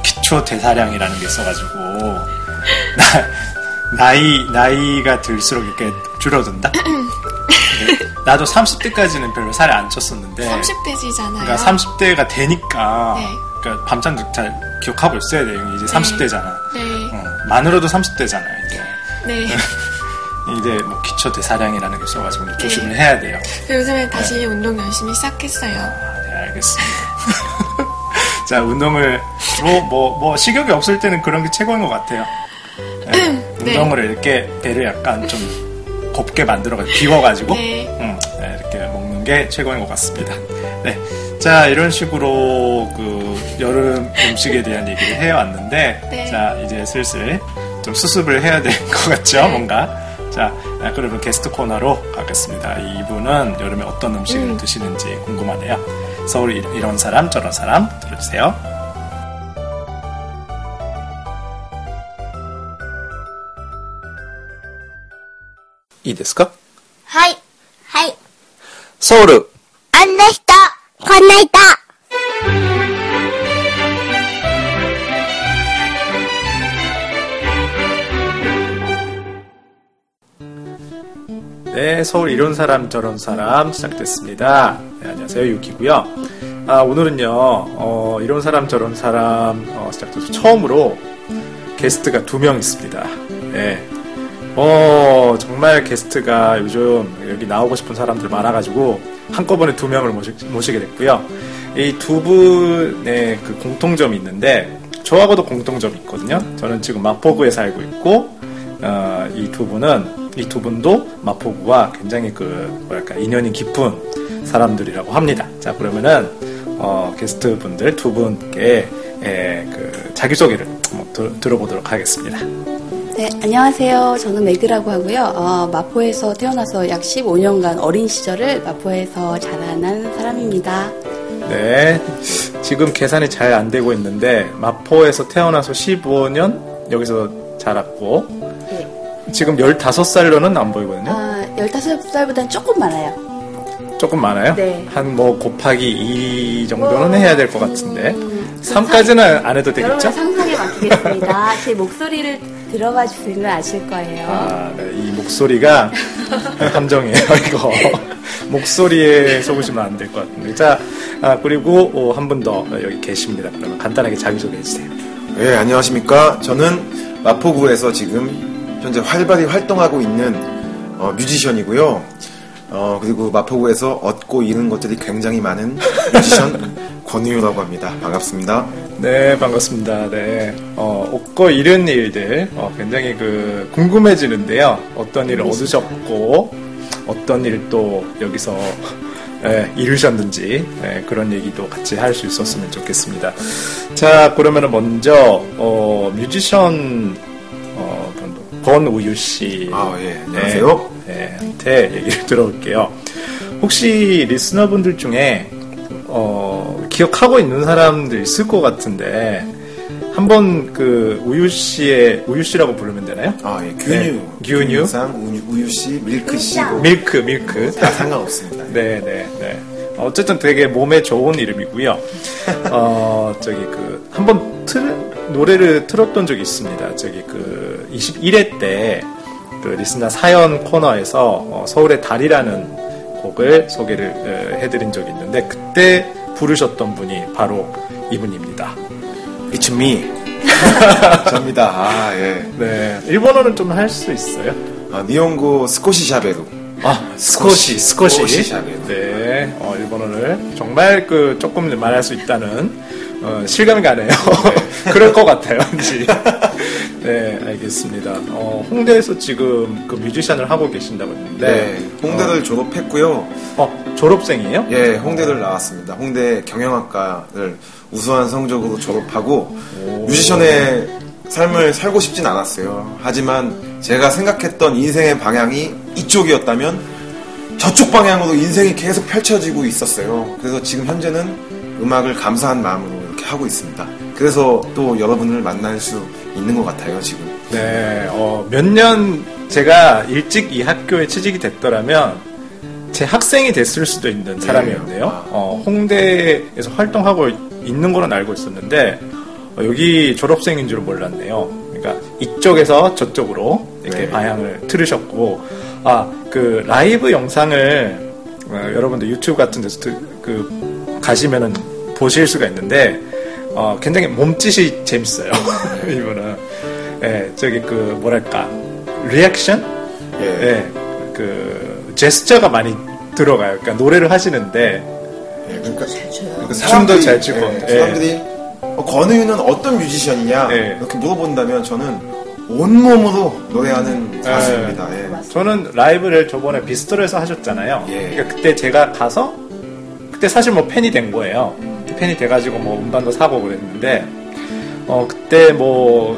Speaker 3: 기초 대사량이라는 게 있어가지고 [LAUGHS] 나, 이 나이가 들수록 이렇게
Speaker 2: [CLEARS THROAT]
Speaker 3: 줄어든다. 근데 나도 30대까지는 별로 살이 안 쪘었는데
Speaker 2: 30대지잖아요.
Speaker 3: 네. 그러니까 30대가 되니까
Speaker 2: 네.
Speaker 3: 그러니까 밤잠도 잘 기억하고 있어야 돼요. 이제 30대잖아.
Speaker 2: 네.
Speaker 3: 어. 만으로도 30대잖아요. 이제
Speaker 2: 네.
Speaker 3: 이제 뭐 기초 대사량이라는 게 있어가지고 이제
Speaker 2: 네.
Speaker 3: 조심을 해야 돼요.
Speaker 2: [LAUGHS] 그 요즘에 다시 운동 열심히 시작했어요.
Speaker 3: 네, 알겠습니다. [LAUGHS] 자, 운동을 뭐, 뭐, 뭐 식욕이 없을 때는 그런 게 최고인 것 같아요. 네,
Speaker 2: 네.
Speaker 3: 운동을 이렇게 배를 약간 좀 곱게 만들어가지고 비워가지고
Speaker 2: 네.
Speaker 3: 음, 네, 이렇게 먹는 게 최고인 것 같습니다. 네, 자 이런 식으로 그 여름 음식에 대한 얘기를 해왔는데
Speaker 2: 네.
Speaker 3: 자 이제 슬슬 좀 수습을 해야 될 것 같죠, 뭔가. 자, 아, 그러면 게스트 코너로 가겠습니다. 이분은 여름에 어떤 음식을
Speaker 2: 음.
Speaker 3: 드시는지 궁금하네요. 서울 이- 이런 사람 저런 사람 들어주세요. 이 데스까?
Speaker 4: はい。はい。
Speaker 3: 서울
Speaker 4: あんな人、こんな人。
Speaker 3: 네, 서울 이런 사람 저런 사람 시작됐습니다. 네, 안녕하세요 유키고요. 아, 오늘은요 어, 이런 사람 저런 사람 어, 시작돼서 처음으로 게스트가 두 명 있습니다. 네. 어 정말 게스트가 요즘 여기 나오고 싶은 사람들 많아가지고 한꺼번에 두 명을 모시, 모시게 됐고요. 이 두 분의 그 공통점이 있는데 저하고도 공통점이 있거든요. 저는 지금 마포구에 살고 있고 어, 이 두 분은 이 두 분도 마포구와 굉장히 그 뭐랄까 인연이 깊은 사람들이라고 합니다. 자 그러면은 어, 게스트 분들 두 분께 에, 그 자기소개를 한번 들- 들어보도록 하겠습니다.
Speaker 5: 네, 안녕하세요. 저는 매그라고 하고요. 어, 마포에서 태어나서 약 15년간 어린 시절을 마포에서 자라난 사람입니다.
Speaker 3: 네. 지금 계산이 잘 안 되고 있는데 마포에서 태어나서 15년 여기서 자랐고
Speaker 5: 예.
Speaker 3: 지금 15살로는 안 보이거든요.
Speaker 5: 아, 15살보다는 조금 많아요.
Speaker 3: 조금 많아요.
Speaker 5: 네.
Speaker 3: 한 뭐 곱하기 2 정도는 해야 될 것 같은데 3까지는 안 해도 되겠죠?
Speaker 5: 음. 여러분의 상상에 맡기겠습니다.
Speaker 3: [LAUGHS]
Speaker 5: 제 목소리를 들어봐 주시면 아실 거예요.
Speaker 3: 아, 네. 이 목소리가 [LAUGHS] 함정이에요, 이거. 목소리에 속으시면 안 될 것 같은데. 자, 아, 그리고 한 분 더 여기 계십니다. 그러면 간단하게 자기소개해 주세요.
Speaker 6: 네, 안녕하십니까. 저는 마포구에서 지금 현재 활발히 활동하고 있는 어, 뮤지션이고요. 어, 그리고 마포구에서 얻고 잃은 것들이 굉장히 많은 [LAUGHS] 뮤지션 권우유라고 합니다. 반갑습니다.
Speaker 3: 네, 반갑습니다. 네. 어, 얻고 잃은 일들, 어, 굉장히 그, 궁금해지는데요. 어떤 일을 얻으셨고, 어떤 일 또 여기서, [LAUGHS] 예, 이루셨는지, 예, 그런 얘기도 같이 할 수 있었으면 좋겠습니다. 자, 그러면 먼저, 어, 뮤지션, 어, 분, 권우유 씨.
Speaker 6: 아, 예. 안녕하세요.
Speaker 3: 네, 한테 얘기를 [LAUGHS] 들어볼게요. 혹시 리스너분들 중에 어, 기억하고 있는 사람들 있을 것 같은데 한번 그 우유 씨의 우유 씨라고 부르면 되나요?
Speaker 6: 아, 예.
Speaker 3: 네,
Speaker 6: 규뉴.
Speaker 3: 규뉴.
Speaker 6: 상 우유, 우유씨, 밀크씨. 뭐
Speaker 3: 밀크
Speaker 6: [LAUGHS]
Speaker 3: 밀크.
Speaker 6: 다 상관없습니다.
Speaker 3: 네, 네, 네. 어쨌든 되게 몸에 좋은 이름이고요. 어, 저기 그 한번 틀 노래를 틀었던 적이 있습니다. 저기 그 21회 때 그 리스나 사연 코너에서 어, 서울의 달이라는 곡을 소개를 어, 해드린 적이 있는데 그때 부르셨던 분이 바로 이분입니다.
Speaker 6: It's me. [LAUGHS] 저입니다. 아, 예.
Speaker 3: 네, 일본어는 좀 할 수 있어요.
Speaker 6: 아, 니온고 스코시 샤베루.
Speaker 3: 아,
Speaker 6: 스쿼시,
Speaker 3: 스쿼시.
Speaker 6: 스쿼시 샵이에요.
Speaker 3: 네, 어, 일본어를 정말 그 조금 [LAUGHS] 말할 수 있다는 어, 실감이 가네요. 그럴 것 같아요, 왠지. 네, 네, 알겠습니다. 어, 홍대에서 지금 그 뮤지션을 하고 계신다고 했는데,
Speaker 6: 네, 홍대를 졸업했고요.
Speaker 3: 어, 어, 졸업생이에요?
Speaker 6: 예, 홍대를 나왔습니다. 홍대 경영학과를 우수한 성적으로 졸업하고 뮤지션의 삶을 살고 싶진 않았어요. 하지만 제가 생각했던 인생의 방향이 이쪽이었다면 저쪽 방향으로 인생이 계속 펼쳐지고 있었어요. 그래서 지금 현재는 음악을 감사한 마음으로 이렇게 하고 있습니다. 그래서 또 여러분을 만날 수 있는 것 같아요, 지금.
Speaker 3: 네, 어, 몇 년 제가 일찍 이 학교에 취직이 됐더라면 제 학생이 됐을 수도 있는 사람이었네요.
Speaker 6: 아.
Speaker 3: 어, 홍대에서 활동하고 있는 거는 알고 있었는데 어, 여기 졸업생인 줄 몰랐네요. 그러니까 이쪽에서 저쪽으로 이렇게
Speaker 6: 네.
Speaker 3: 방향을 틀으셨고 아 그 라이브 영상을 어, 여러분들 유튜브 같은 데서 드- 그 가시면은 보실 수가 있는데 어, 굉장히 몸짓이 재밌어요. [LAUGHS] 이분은 예, 저기 그 뭐랄까 리액션
Speaker 6: 예.
Speaker 3: 예, 그 제스처가 많이 들어가요. 그러니까 노래를 하시는데
Speaker 6: 예, 그러니까
Speaker 3: 춤도
Speaker 6: 그러니까 사람들이-
Speaker 3: 잘 추고.
Speaker 6: 예,
Speaker 3: 예.
Speaker 6: 사람들이 어, 권우유는 어떤 뮤지션이냐
Speaker 3: 예.
Speaker 6: 이렇게 물어본다면 저는 온몸으로 노래하는 가수입니다. 예.
Speaker 3: 저는 라이브를 저번에 비스트로에서 하셨잖아요.
Speaker 6: 예.
Speaker 3: 그러니까 그때 제가 가서 그때 사실 뭐 팬이 된 거예요. 팬이 돼가지고 뭐 음반도 사고 그랬는데 어 그때 뭐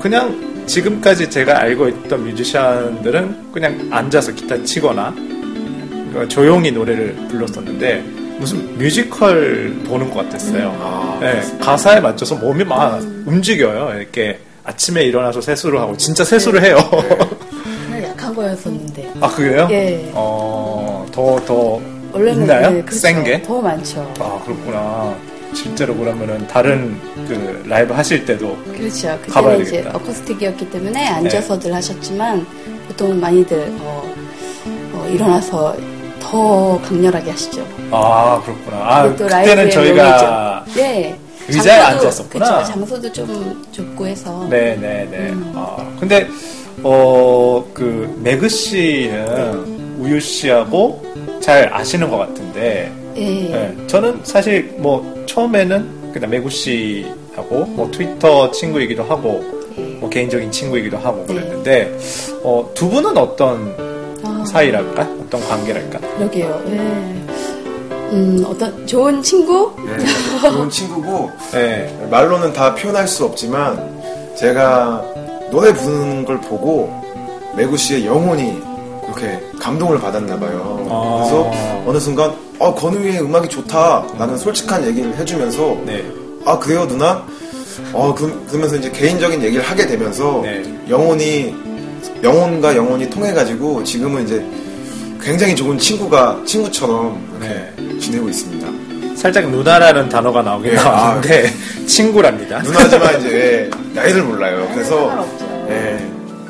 Speaker 3: 그냥 지금까지 제가 알고 있던 뮤지션들은 그냥 앉아서 기타 치거나 그러니까 조용히 노래를 불렀었는데 무슨 뮤지컬 보는 것 같았어요.
Speaker 6: 아,
Speaker 3: 예, 가사에 맞춰서 몸이 막 움직여요. 이렇게 아침에 일어나서 세수를 하고 진짜 세수를 해요.
Speaker 6: 네.
Speaker 5: 네,
Speaker 7: 약한 거였었는데.
Speaker 3: 아 그래요?
Speaker 7: 예.
Speaker 3: 어, 더, 더
Speaker 7: 원래는
Speaker 3: 있나요?
Speaker 7: 네, 그렇죠.
Speaker 3: 센 게?
Speaker 7: 더 많죠.
Speaker 3: 아 그렇구나. 실제로 그러면은 다른 그 라이브 하실 때도
Speaker 5: 그렇죠.
Speaker 3: 가봐야
Speaker 5: 그때는 이제
Speaker 3: 되겠다. 네.
Speaker 5: 어쿠스틱이었기 때문에 앉아서들 하셨지만 보통 많이들 어, 어, 일어나서 더 강렬하게 하시죠.
Speaker 3: 아 그렇구나. 아
Speaker 5: 그것도
Speaker 3: 그때는
Speaker 5: 라이브의
Speaker 3: 저희가
Speaker 5: 묘미죠. 네.
Speaker 3: 의자에
Speaker 5: 장소도-
Speaker 3: 앉았었구나.
Speaker 5: 그렇죠. 장소도 좀 좁고 해서
Speaker 3: 네네네.
Speaker 7: 음.
Speaker 3: 아 근데 어그 매그 씨는 우유 씨하고 잘 아시는 것 같은데
Speaker 5: 예.
Speaker 3: 네, 저는 사실 뭐 처음에는 그냥 매구 씨하고 뭐 트위터 친구이기도 하고 뭐 개인적인 친구이기도 하고 그랬는데 어, 두 분은 어떤
Speaker 5: 아.
Speaker 3: 사이랄까 어떤 관계랄까
Speaker 5: 그러게요. 예. 음, 어떤 좋은 친구?
Speaker 6: 예. 좋은 친구고
Speaker 3: 네.
Speaker 6: 말로는 다 표현할 수 없지만 제가 노래 부르는 걸 보고 매구 씨의 영혼이 이렇게 감동을 받았나 봐요.
Speaker 3: 아.
Speaker 6: 그래서 어느 순간 어 권우유의 음악이 좋다라는 솔직한 얘기를 해주면서
Speaker 3: 네.
Speaker 6: 아 그래요 누나? 어 그, 그러면서 이제 개인적인 얘기를 하게 되면서
Speaker 3: 네.
Speaker 6: 영혼이 영혼과 영혼이 통해가지고 지금은 이제 굉장히 좋은 친구가 친구처럼 이렇게
Speaker 3: 네.
Speaker 6: 지내고 있습니다.
Speaker 3: 살짝 누나라는 단어가 나오긴
Speaker 6: 예, 아,
Speaker 3: 나왔는데 [LAUGHS] 친구랍니다
Speaker 6: 누나지만 이제 예, 나이를 몰라요. 그래서 예,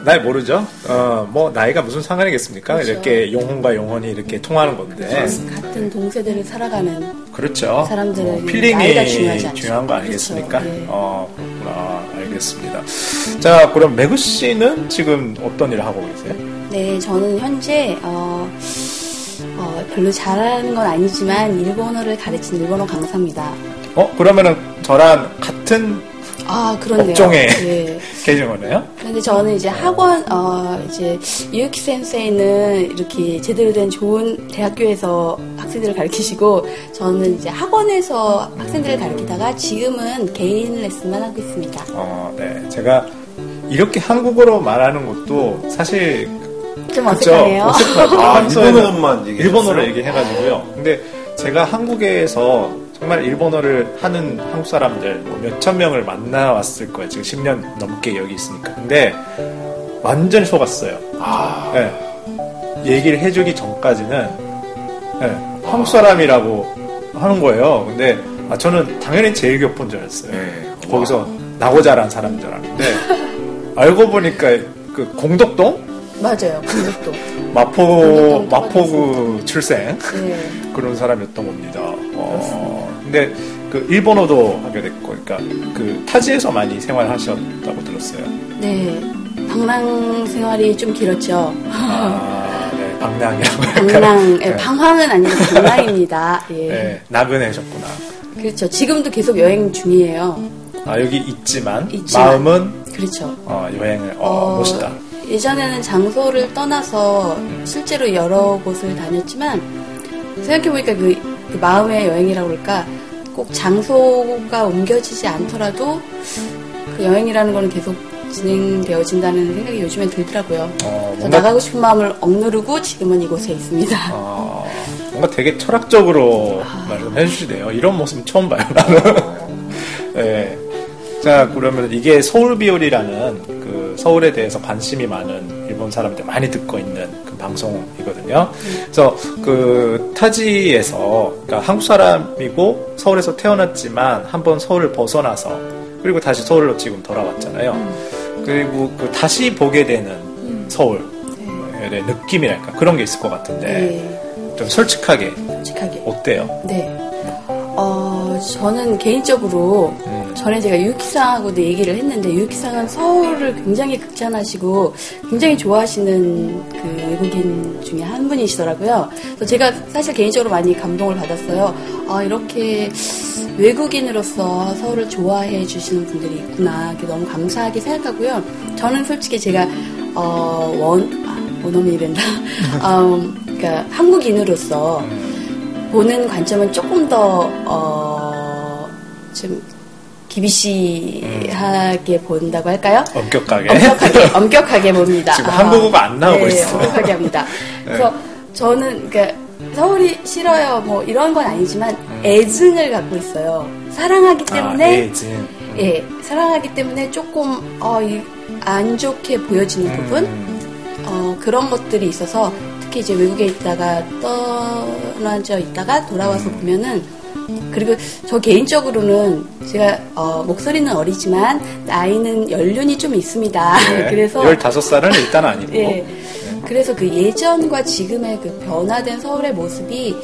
Speaker 3: 나이 모르죠 어뭐 나이가 무슨 상관이겠습니까 이렇게 영혼과 영혼이 이렇게 통하는 건데
Speaker 5: 같은 동세대를 살아가는
Speaker 3: 그렇죠.
Speaker 5: 사람들은
Speaker 3: 어, 필링이
Speaker 5: 나이가 중요하지 않죠.
Speaker 3: 중요한 거
Speaker 5: 그렇죠.
Speaker 3: 아니겠습니까?
Speaker 5: 예.
Speaker 3: 어, 그렇구나. 알겠습니다. 자, 그럼 매구 씨는 지금 어떤 일을 하고 계세요?
Speaker 5: 네, 저는 현재 어, 어, 별로 잘하는 건 아니지만 일본어를 가르친 일본어 강사입니다.
Speaker 3: 어, 그러면은 저랑 같은
Speaker 5: 아, 그렇네요.
Speaker 3: 업종에
Speaker 5: 예.
Speaker 3: 계정이네요?
Speaker 5: 근데 저는 이제 학원 어 이제 유키 센세이는 이렇게 제대로 된 좋은 대학교에서 학생들을 가르치시고 저는 이제 학원에서 학생들을 가르치다가 지금은 개인 레슨만 하고 있습니다.
Speaker 3: 어, 네. 제가 이렇게 한국어로 말하는 것도 사실 그죠?
Speaker 5: 좀 어색하네요. [LAUGHS]
Speaker 3: 어색하죠.
Speaker 6: 아,
Speaker 3: 평소에는
Speaker 6: 일본어만 얘기했어요?
Speaker 3: 일본어로 얘기해가지고요. 근데 제가 한국에서 정말 일본어를 하는 한국 사람들 뭐 몇천 명을 만나왔을 거예요. 지금 10년 넘게 여기 있으니까. 근데 완전히 속았어요.
Speaker 6: 아.
Speaker 3: 예. 얘기를 해주기 전까지는 예, 한국 사람이라고 하는 거예요. 근데 아, 저는 당연히 제일 교포인 줄 알았어요.
Speaker 6: 네.
Speaker 3: 거기서 나고 자란 사람인 줄 알았는데 알고 보니까 그 공덕동
Speaker 7: 맞아요. 그것도.
Speaker 3: 마포 마포구 출생 [LAUGHS]
Speaker 7: 예.
Speaker 5: 네.
Speaker 3: 그런 사람이었던 겁니다. 어, 근데 그 일본어도 하게 됐고, 그러니까 그 타지에서 많이 생활하셨다고 들었어요.
Speaker 5: 네. 방랑 생활이 좀 길었죠.
Speaker 3: 아, 네, 방랑이라고 [LAUGHS] 할까요?
Speaker 5: 방랑, 예, 방황은 아니고 방랑입니다. 예.
Speaker 3: 네, 나그네셨구나.
Speaker 5: 그렇죠. 지금도 계속 여행 중이에요.
Speaker 3: 아 여기 있지만,
Speaker 5: 있지만.
Speaker 3: 마음은
Speaker 5: 그렇죠.
Speaker 3: 어, 여행을 어, 멋있다.
Speaker 5: 예전에는 장소를 떠나서 실제로 여러 곳을 다녔지만 생각해보니까 그, 그 마음의 여행이라고 그럴까 꼭 장소가 옮겨지지 않더라도 그 여행이라는 거는 계속 진행되어진다는 생각이 요즘에 들더라고요.
Speaker 3: 어,
Speaker 5: 그래서
Speaker 3: 뭔가
Speaker 5: 나가고 싶은 마음을 억누르고 지금은 이곳에 있습니다.
Speaker 3: 어, 뭔가 되게 철학적으로 말씀해 주시네요. 이런 모습은 처음 봐요, 나는. [LAUGHS] 예. 자, 그러면 이게 서울비율이라는 그 서울에 대해서 관심이 많은 일본 사람들 많이 듣고 있는 그 방송이거든요. 그래서 그 타지에서, 그러니까 한국 사람이고 서울에서 태어났지만 한번 서울을 벗어나서 그리고 다시 서울로 지금 돌아왔잖아요. 그리고 그 다시 보게 되는 서울의 느낌이랄까 그런 게 있을 것 같은데
Speaker 5: 네,
Speaker 3: 좀 솔직하게
Speaker 5: 솔직하게.
Speaker 3: 어때요?
Speaker 5: 네. 어, 저는 개인적으로 전에 제가 유키상하고도 얘기를 했는데 유키상은 서울을 굉장히 극찬하시고 굉장히 좋아하시는 그 외국인 중에 한 분이시더라고요. 그래서 제가 사실 개인적으로 많이 감동을 받았어요. 아 이렇게 외국인으로서 서울을 좋아해 주시는 분들이 있구나. 그게 너무 감사하게 생각하고요. 저는 솔직히 제가 어, 원 아, 원어민이 된다. [LAUGHS] 아, 그러니까 한국인으로서 보는 관점은 조금 더, 어, 좀, 기비시하게 본다고 할까요?
Speaker 3: 엄격하게. [LAUGHS] 아,
Speaker 5: 엄격하게, 엄격하게 봅니다.
Speaker 3: 지금 한국어가 안 나오고
Speaker 5: 네,
Speaker 3: 있어요. 네. [LAUGHS]
Speaker 5: 엄격하게 합니다. 그래서 저는, 그러니까, 서울이 싫어요, 뭐, 이런 건 아니지만, 애증을 갖고 있어요. 사랑하기 때문에,
Speaker 3: 음. 아, 예, 지금.
Speaker 5: 예, 사랑하기 때문에 조금, 어, 이, 안 좋게 보여지는 부분?
Speaker 3: 음,
Speaker 5: 어, 그런 것들이 있어서 특히 이제 외국에 있다가 떠나져 있다가 돌아와서
Speaker 3: 음.
Speaker 5: 보면은 그리고 저 개인적으로는 제가 어, 목소리는 어리지만 나이는 연륜이 좀 있습니다.
Speaker 3: 네.
Speaker 5: [LAUGHS] 그래서
Speaker 3: 15살은 일단 아니고.
Speaker 5: 예. 그래서 그 예전과 지금의 그 변화된 서울의 모습이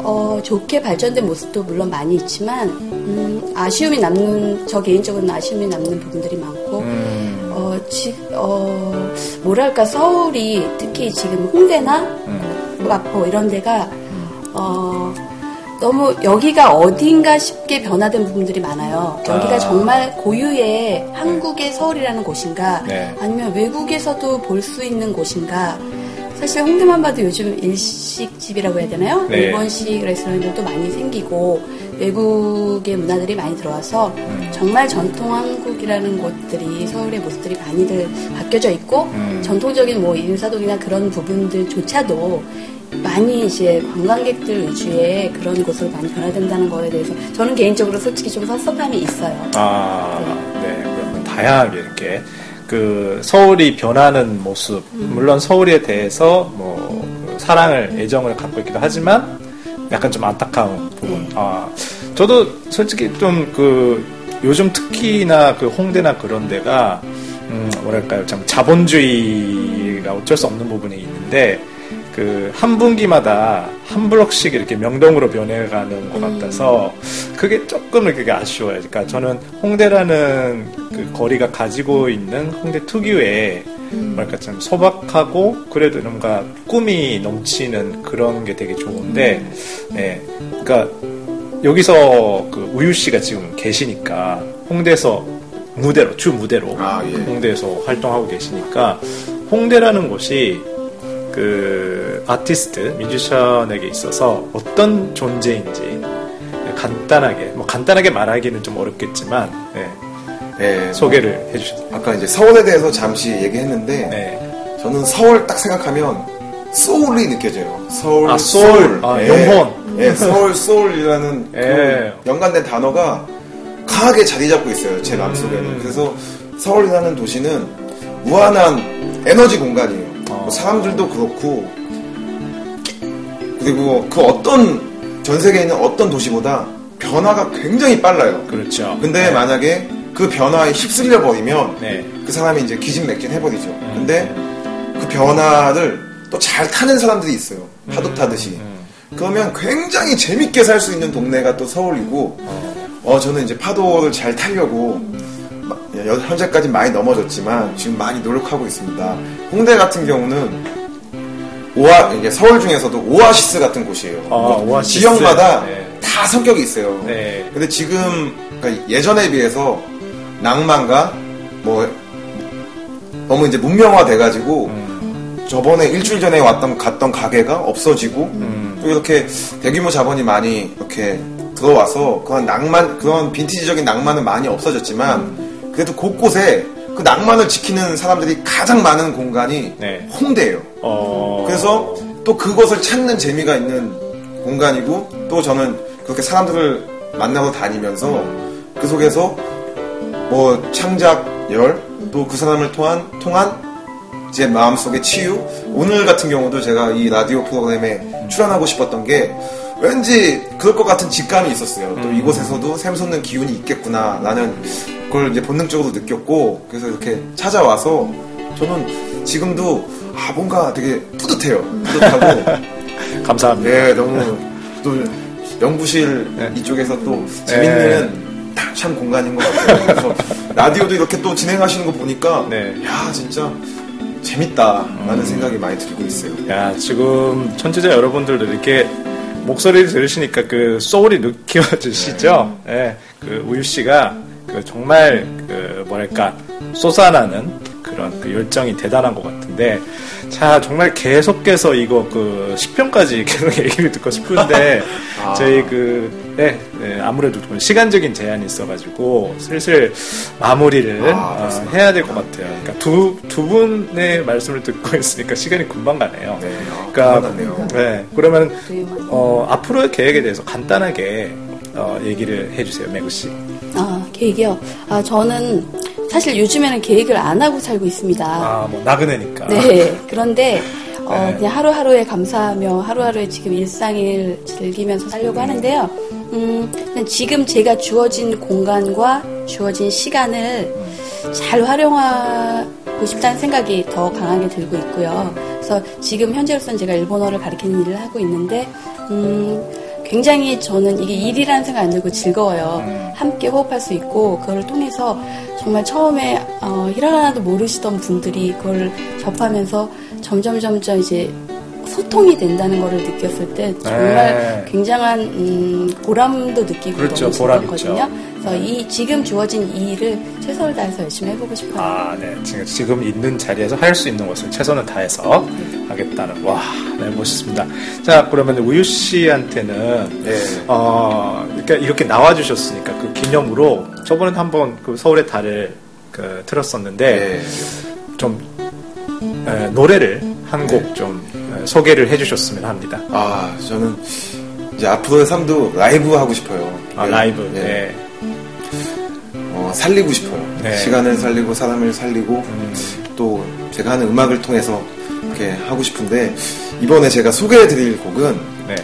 Speaker 5: 어, 좋게 발전된 모습도 물론 많이 있지만 음, 아쉬움이 남는 저 개인적으로는 아쉬움이 남는 부분들이 많고
Speaker 3: 음,
Speaker 5: 어, 지, 어, 뭐랄까, 서울이 특히 지금 홍대나
Speaker 3: 음.
Speaker 5: 마포 이런 데가, 어, 너무 여기가 어딘가 쉽게 변화된 부분들이 많아요. 여기가
Speaker 3: 아.
Speaker 5: 정말 고유의 한국의 서울이라는 곳인가,
Speaker 3: 네.
Speaker 5: 아니면 외국에서도 볼 수 있는 곳인가, 사실 홍대만 봐도 요즘 일식집이라고 해야 되나요?
Speaker 3: 네.
Speaker 5: 일본식 레스토랑들도 많이 생기고 외국의 문화들이 많이 들어와서
Speaker 3: 음.
Speaker 5: 정말 전통 한국이라는 곳들이 서울의 모습들이 많이들 바뀌어져 있고
Speaker 3: 음.
Speaker 5: 전통적인 뭐 인사동이나 그런 부분들조차도 많이 이제 관광객들 위주의 그런 곳으로 많이 변화된다는 거에 대해서 저는 개인적으로 솔직히 좀 섭섭함이 있어요.
Speaker 3: 아, 네. 그러면 다양하게 이렇게 그 서울이 변하는 모습.
Speaker 5: 음.
Speaker 3: 물론 서울에 대해서 뭐그 사랑을, 애정을 갖고 있기도 하지만 약간 좀 안타까운 부분.
Speaker 5: 네.
Speaker 3: 아, 저도 솔직히 좀 그 요즘 특히나 그 홍대나 그런 데가 음, 뭐랄까요. 참 자본주의가 어쩔 수 없는 부분이 있는데 그 한 분기마다 한 블록씩 이렇게 명동으로 변해가는 것 같아서 그게 조금 그게 아쉬워요. 그러니까 저는 홍대라는 그 거리가 가지고 있는 홍대 특유의 뭐랄까 참 소박하고 그래도 뭔가 꿈이 넘치는 그런 게 되게 좋은데, 네, 그러니까 여기서 그 우유 씨가 지금 계시니까 홍대에서 무대로 주 무대로
Speaker 6: 아, 예.
Speaker 3: 홍대에서 활동하고 계시니까 홍대라는 곳이 그 아티스트 뮤지션에게 있어서 어떤 존재인지 간단하게 뭐 간단하게 말하기는 좀 어렵겠지만 네,
Speaker 6: 예,
Speaker 3: 소개를 해주셨어요.
Speaker 6: 아까 이제 서울에 대해서 잠시 얘기했는데
Speaker 3: 네,
Speaker 6: 저는 서울 딱 생각하면 소울이 느껴져요. 서울,
Speaker 3: 아, 소울. 아, 영혼.
Speaker 6: 예, 서울, 소울이라는 그
Speaker 3: 예.
Speaker 6: 연관된 단어가 강하게 자리 잡고 있어요. 제 마음속에는. 그래서 서울이라는 도시는 무한한 에너지 공간이에요.
Speaker 3: 아.
Speaker 6: 뭐 사람들도 그렇고 그리고 그 어떤 전 세계에 있는 어떤 도시보다 변화가 굉장히 빨라요.
Speaker 3: 그렇죠.
Speaker 6: 근데 만약에 그 변화에 휩쓸려 버리면
Speaker 3: 네. 음.
Speaker 6: 그 사람이 이제 기진맥진 해버리죠. 근데 그 변화를 또 잘 타는 사람들이 있어요.
Speaker 3: 음,
Speaker 6: 파도 타듯이. 그러면 굉장히 재밌게 살 수 있는 동네가 또 서울이고, 어, 저는 이제 파도를 잘 타려고, 마- 여- 현재까지 많이 넘어졌지만, 지금 많이 노력하고 있습니다. 홍대 같은 경우는, 오아, 이게 서울 중에서도 오아시스 같은 곳이에요.
Speaker 3: 아, 오아시스.
Speaker 6: 지역마다
Speaker 3: 네.
Speaker 6: 다 성격이 있어요.
Speaker 3: 네.
Speaker 6: 근데 지금 그러니까 예전에 비해서 낭만과 뭐 너무 이제 문명화 돼가지고
Speaker 3: 음.
Speaker 6: 저번에 일주일 전에 왔던 갔던 가게가 없어지고
Speaker 3: 음.
Speaker 6: 또 이렇게 대규모 자본이 많이 이렇게 들어와서 그런 낭만 그런 빈티지적인 낭만은 많이 없어졌지만 그래도 곳곳에 그 낭만을 지키는 사람들이 가장 많은 공간이
Speaker 3: 네.
Speaker 6: 홍대예요.
Speaker 3: 어.
Speaker 6: 그래서 또 그것을 찾는 재미가 있는 공간이고 또 저는 그렇게 사람들을 만나고 다니면서 그 속에서 뭐 창작열 또 그 사람을 통한 통한 제 마음속의 치유 오늘 같은 경우도 제가 이 라디오 프로그램에 출연하고 싶었던 게 왠지 그럴 것 같은 직감이 있었어요. 또 이곳에서도 샘솟는 기운이 있겠구나라는 걸 이제 본능적으로 느꼈고 그래서 이렇게 찾아와서 저는 지금도 아 뭔가 되게 뿌듯해요. 뿌듯하고
Speaker 3: 감사합니다.
Speaker 6: 예 너무 또 연구실
Speaker 3: 네.
Speaker 6: 이쪽에서 또 재밌는 참 공간인 것 같아요. 그래서 라디오도 이렇게 또 진행하시는 거 보니까
Speaker 3: 네. 음.
Speaker 6: 야 진짜 재밌다라는 생각이 많이 들고 있어요.
Speaker 3: 야, 지금 청취자 여러분들도 이렇게 목소리를 들으시니까 그 소울이 느껴지시죠? 예. 그 우유 씨가 그 정말 그 뭐랄까 쏟아나는 그런 그 열정이 대단한 것 같은데 자 정말 계속해서 이거 그 10편까지 [LAUGHS] 계속 얘기를 듣고 싶은데 저희 그 네, 네, 아무래도 좀 시간적인 제한이 있어가지고 슬슬 마무리를
Speaker 6: 아,
Speaker 3: 어,
Speaker 6: 그렇습니다.
Speaker 3: 해야 될 것 같아요. 그러니까 두, 두 분의 말씀을 듣고 [LAUGHS] 있으니까 시간이 금방 가네요.
Speaker 6: 네, 아,
Speaker 3: 그러니까,
Speaker 6: 끝났네요.
Speaker 3: 네, 그러면
Speaker 5: 도요만.
Speaker 3: 어, 앞으로의 계획에 대해서 간단하게 어, 얘기를 해주세요, 매구 씨.
Speaker 5: 아, 계획이요? 아, 저는 사실 요즘에는 계획을 안 하고 살고 있습니다.
Speaker 3: 아, 뭐 나그네니까.
Speaker 5: 네. 그런데 어,
Speaker 3: 네.
Speaker 5: 그냥 하루하루에 감사하며 하루하루에 지금 일상을 즐기면서 살려고 하는데요. 음, 그냥 지금 제가 주어진 공간과 주어진 시간을 잘 활용하고 싶다는 생각이 더 강하게 들고 있고요. 그래서 지금 현재로서는 제가 일본어를 가르치는 일을 하고 있는데 음, 굉장히 저는 이게 일이라는 생각 안 들고 즐거워요.
Speaker 3: 음.
Speaker 5: 함께 호흡할 수 있고 그걸 통해서 정말 처음에 어, 히라가나도 모르시던 분들이 그걸 접하면서 점점 점점 이제 소통이 된다는 것을 느꼈을 때 정말
Speaker 3: 네.
Speaker 5: 굉장한 음, 보람도 느끼고
Speaker 3: 그렇죠.
Speaker 5: 너무
Speaker 3: 보람
Speaker 5: 즐겁거든요.
Speaker 3: 있죠.
Speaker 5: 그래서 이 지금 주어진 이 일을 최선을 다해서 열심히 해보고 싶어요.
Speaker 3: 아, 네. 지금, 지금 있는 자리에서 할 수 있는 것을 최선을 다해서 하겠다는, 와, 네, 멋있습니다. 자, 그러면 우유 씨한테는,
Speaker 6: 네.
Speaker 3: 어, 그러니까 이렇게 나와주셨으니까 그 기념으로 저번에 한번 그 서울의 달을 그 틀었었는데,
Speaker 6: 예.
Speaker 3: 좀 에, 노래를 한 곡 좀 소개를 해주셨으면 합니다.
Speaker 6: 아 저는 이제 앞으로의 삶도 라이브 하고 싶어요.
Speaker 3: 아,
Speaker 6: 예.
Speaker 3: 라이브.
Speaker 6: 예.
Speaker 3: 네.
Speaker 6: 어, 살리고 싶어요.
Speaker 3: 네. 음.
Speaker 6: 시간을 살리고 사람을 살리고 또 제가 하는 음악을 통해서 이렇게 하고 싶은데 이번에 제가 소개해드릴 곡은
Speaker 3: 네.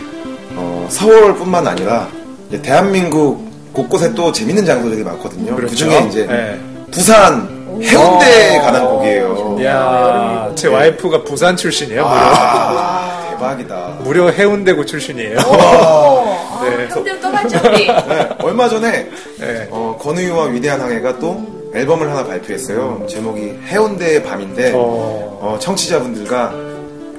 Speaker 6: 어, 서울뿐만 아니라 이제 대한민국 곳곳에 또 재밌는 장소들이 많거든요. 그
Speaker 3: 그렇죠.
Speaker 6: 중에 이제
Speaker 3: 네.
Speaker 6: 부산 해운대에
Speaker 3: 오.
Speaker 6: 관한 곡이에요.
Speaker 3: 어, 이야, 제 와이프가 부산 출신이에요.
Speaker 6: 아, 대박이다.
Speaker 3: 무려, 무려 해운대구 출신이에요. [LAUGHS] 네.
Speaker 7: 근데 또 맞죠 우리.
Speaker 6: 네, 얼마 전에
Speaker 3: 네.
Speaker 6: 어, 건우유와 위대한 항해가 또 앨범을 하나 발표했어요. 제목이 해운대의 밤인데
Speaker 3: 어.
Speaker 6: 어, 청취자분들과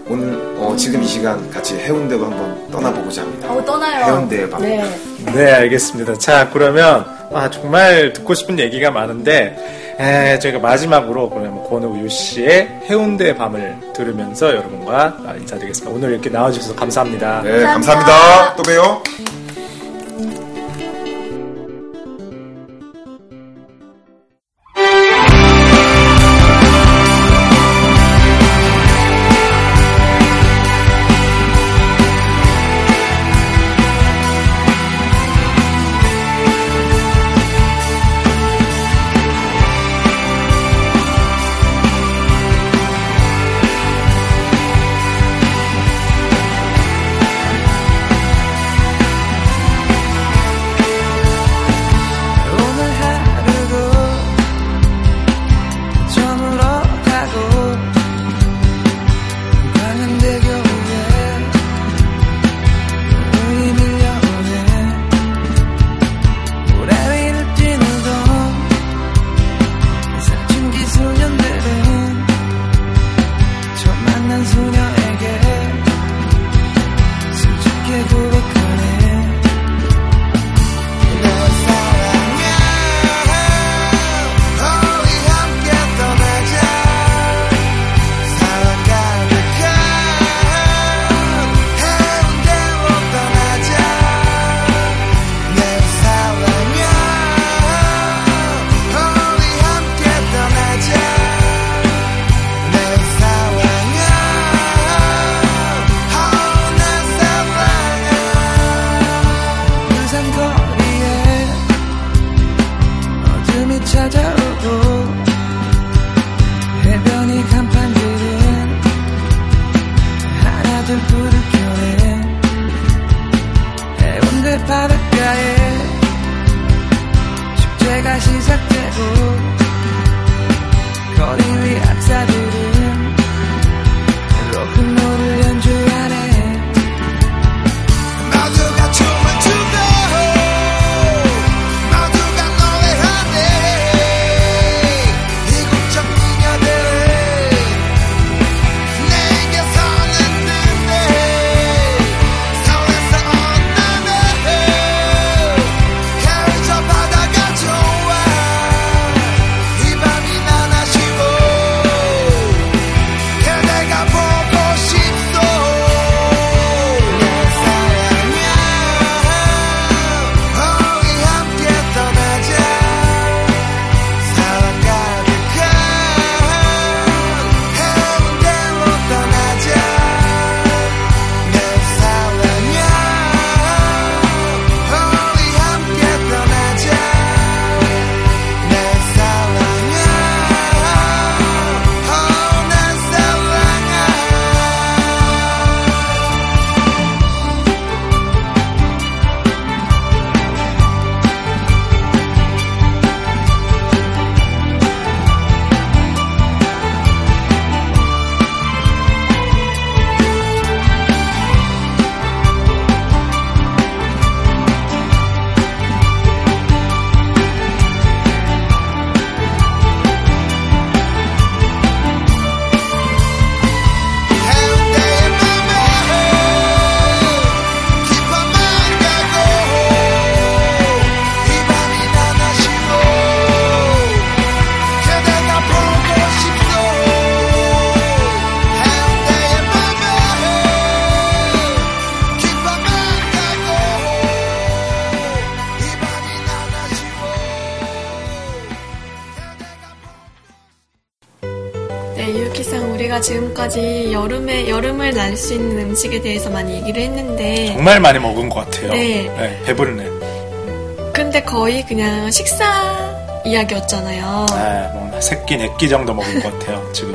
Speaker 6: 오늘 어, 지금 이 시간 같이 해운대로 한번 떠나보고자 합니다.
Speaker 7: 어 떠나요.
Speaker 6: 해운대의 밤.
Speaker 7: 네.
Speaker 3: 네, 알겠습니다. 자, 그러면 아, 정말 듣고 싶은 얘기가 많은데 에, 저희가 마지막으로 그러면 권우유 씨의 해운대의 밤을 들으면서 여러분과 아, 인사드리겠습니다. 오늘 이렇게 나와주셔서 감사합니다.
Speaker 6: 네, 감사합니다. 또 봬요.
Speaker 1: 내
Speaker 2: 네, 유키상 우리가 지금까지 여름에 여름을 날 수 있는 음식에 대해서 많이 얘기를 했는데
Speaker 3: 정말 많이 먹은 것 같아요.
Speaker 2: 네.
Speaker 3: 배부르네.
Speaker 2: 근데 거의 그냥 식사 이야기였잖아요.
Speaker 3: 네, 뭐 새끼 네끼 정도 먹은 것 같아요 지금.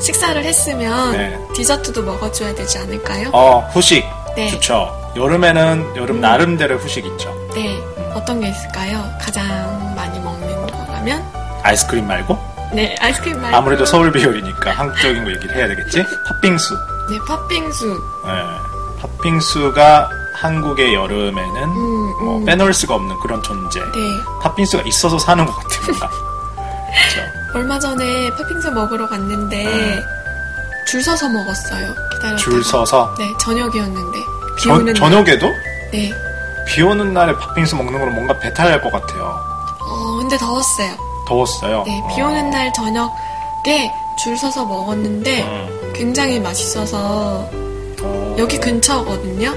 Speaker 2: 식사를 했으면
Speaker 3: 네.
Speaker 2: 디저트도 먹어줘야 되지 않을까요?
Speaker 3: 어 후식
Speaker 2: 네. 음.
Speaker 3: 좋죠. 여름에는 여름 나름대로 후식 있죠.
Speaker 2: 네, 어떤 게 있을까요? 가장 많이 먹는 거라면?
Speaker 3: 아이스크림 말고
Speaker 2: 네, 아이스크림 말고
Speaker 3: 아무래도 서울 비율이니까 한국적인 거 얘기를 해야 되겠지. 팥빙수.
Speaker 2: 네, 팥빙수.
Speaker 3: 네, 팥빙수가 한국의 여름에는
Speaker 2: 음,
Speaker 3: 뭐
Speaker 2: 음.
Speaker 3: 빼놓을 수가 없는 그런 존재.
Speaker 2: 네,
Speaker 3: 팥빙수가 있어서 사는 것 같아요.
Speaker 2: [LAUGHS]
Speaker 3: 뭔가. 그렇죠.
Speaker 2: 얼마 전에 팥빙수 먹으러 갔는데
Speaker 3: 네.
Speaker 2: 줄 서서 먹었어요. 기다렸다가.
Speaker 3: 줄 서서
Speaker 2: 네, 저녁이었는데 비
Speaker 3: 저,
Speaker 2: 오는 날.
Speaker 3: 저녁에도
Speaker 2: 네.
Speaker 3: 비 오는 날에 팥빙수 먹는 거는 뭔가 배탈 날 것 같아요.
Speaker 2: 어, 근데 더웠어요.
Speaker 3: 더웠어요.
Speaker 2: 네, 비 오는 날 저녁에 줄 서서 먹었는데
Speaker 3: 음.
Speaker 2: 굉장히 맛있어서
Speaker 3: 어.
Speaker 2: 여기 근처거든요.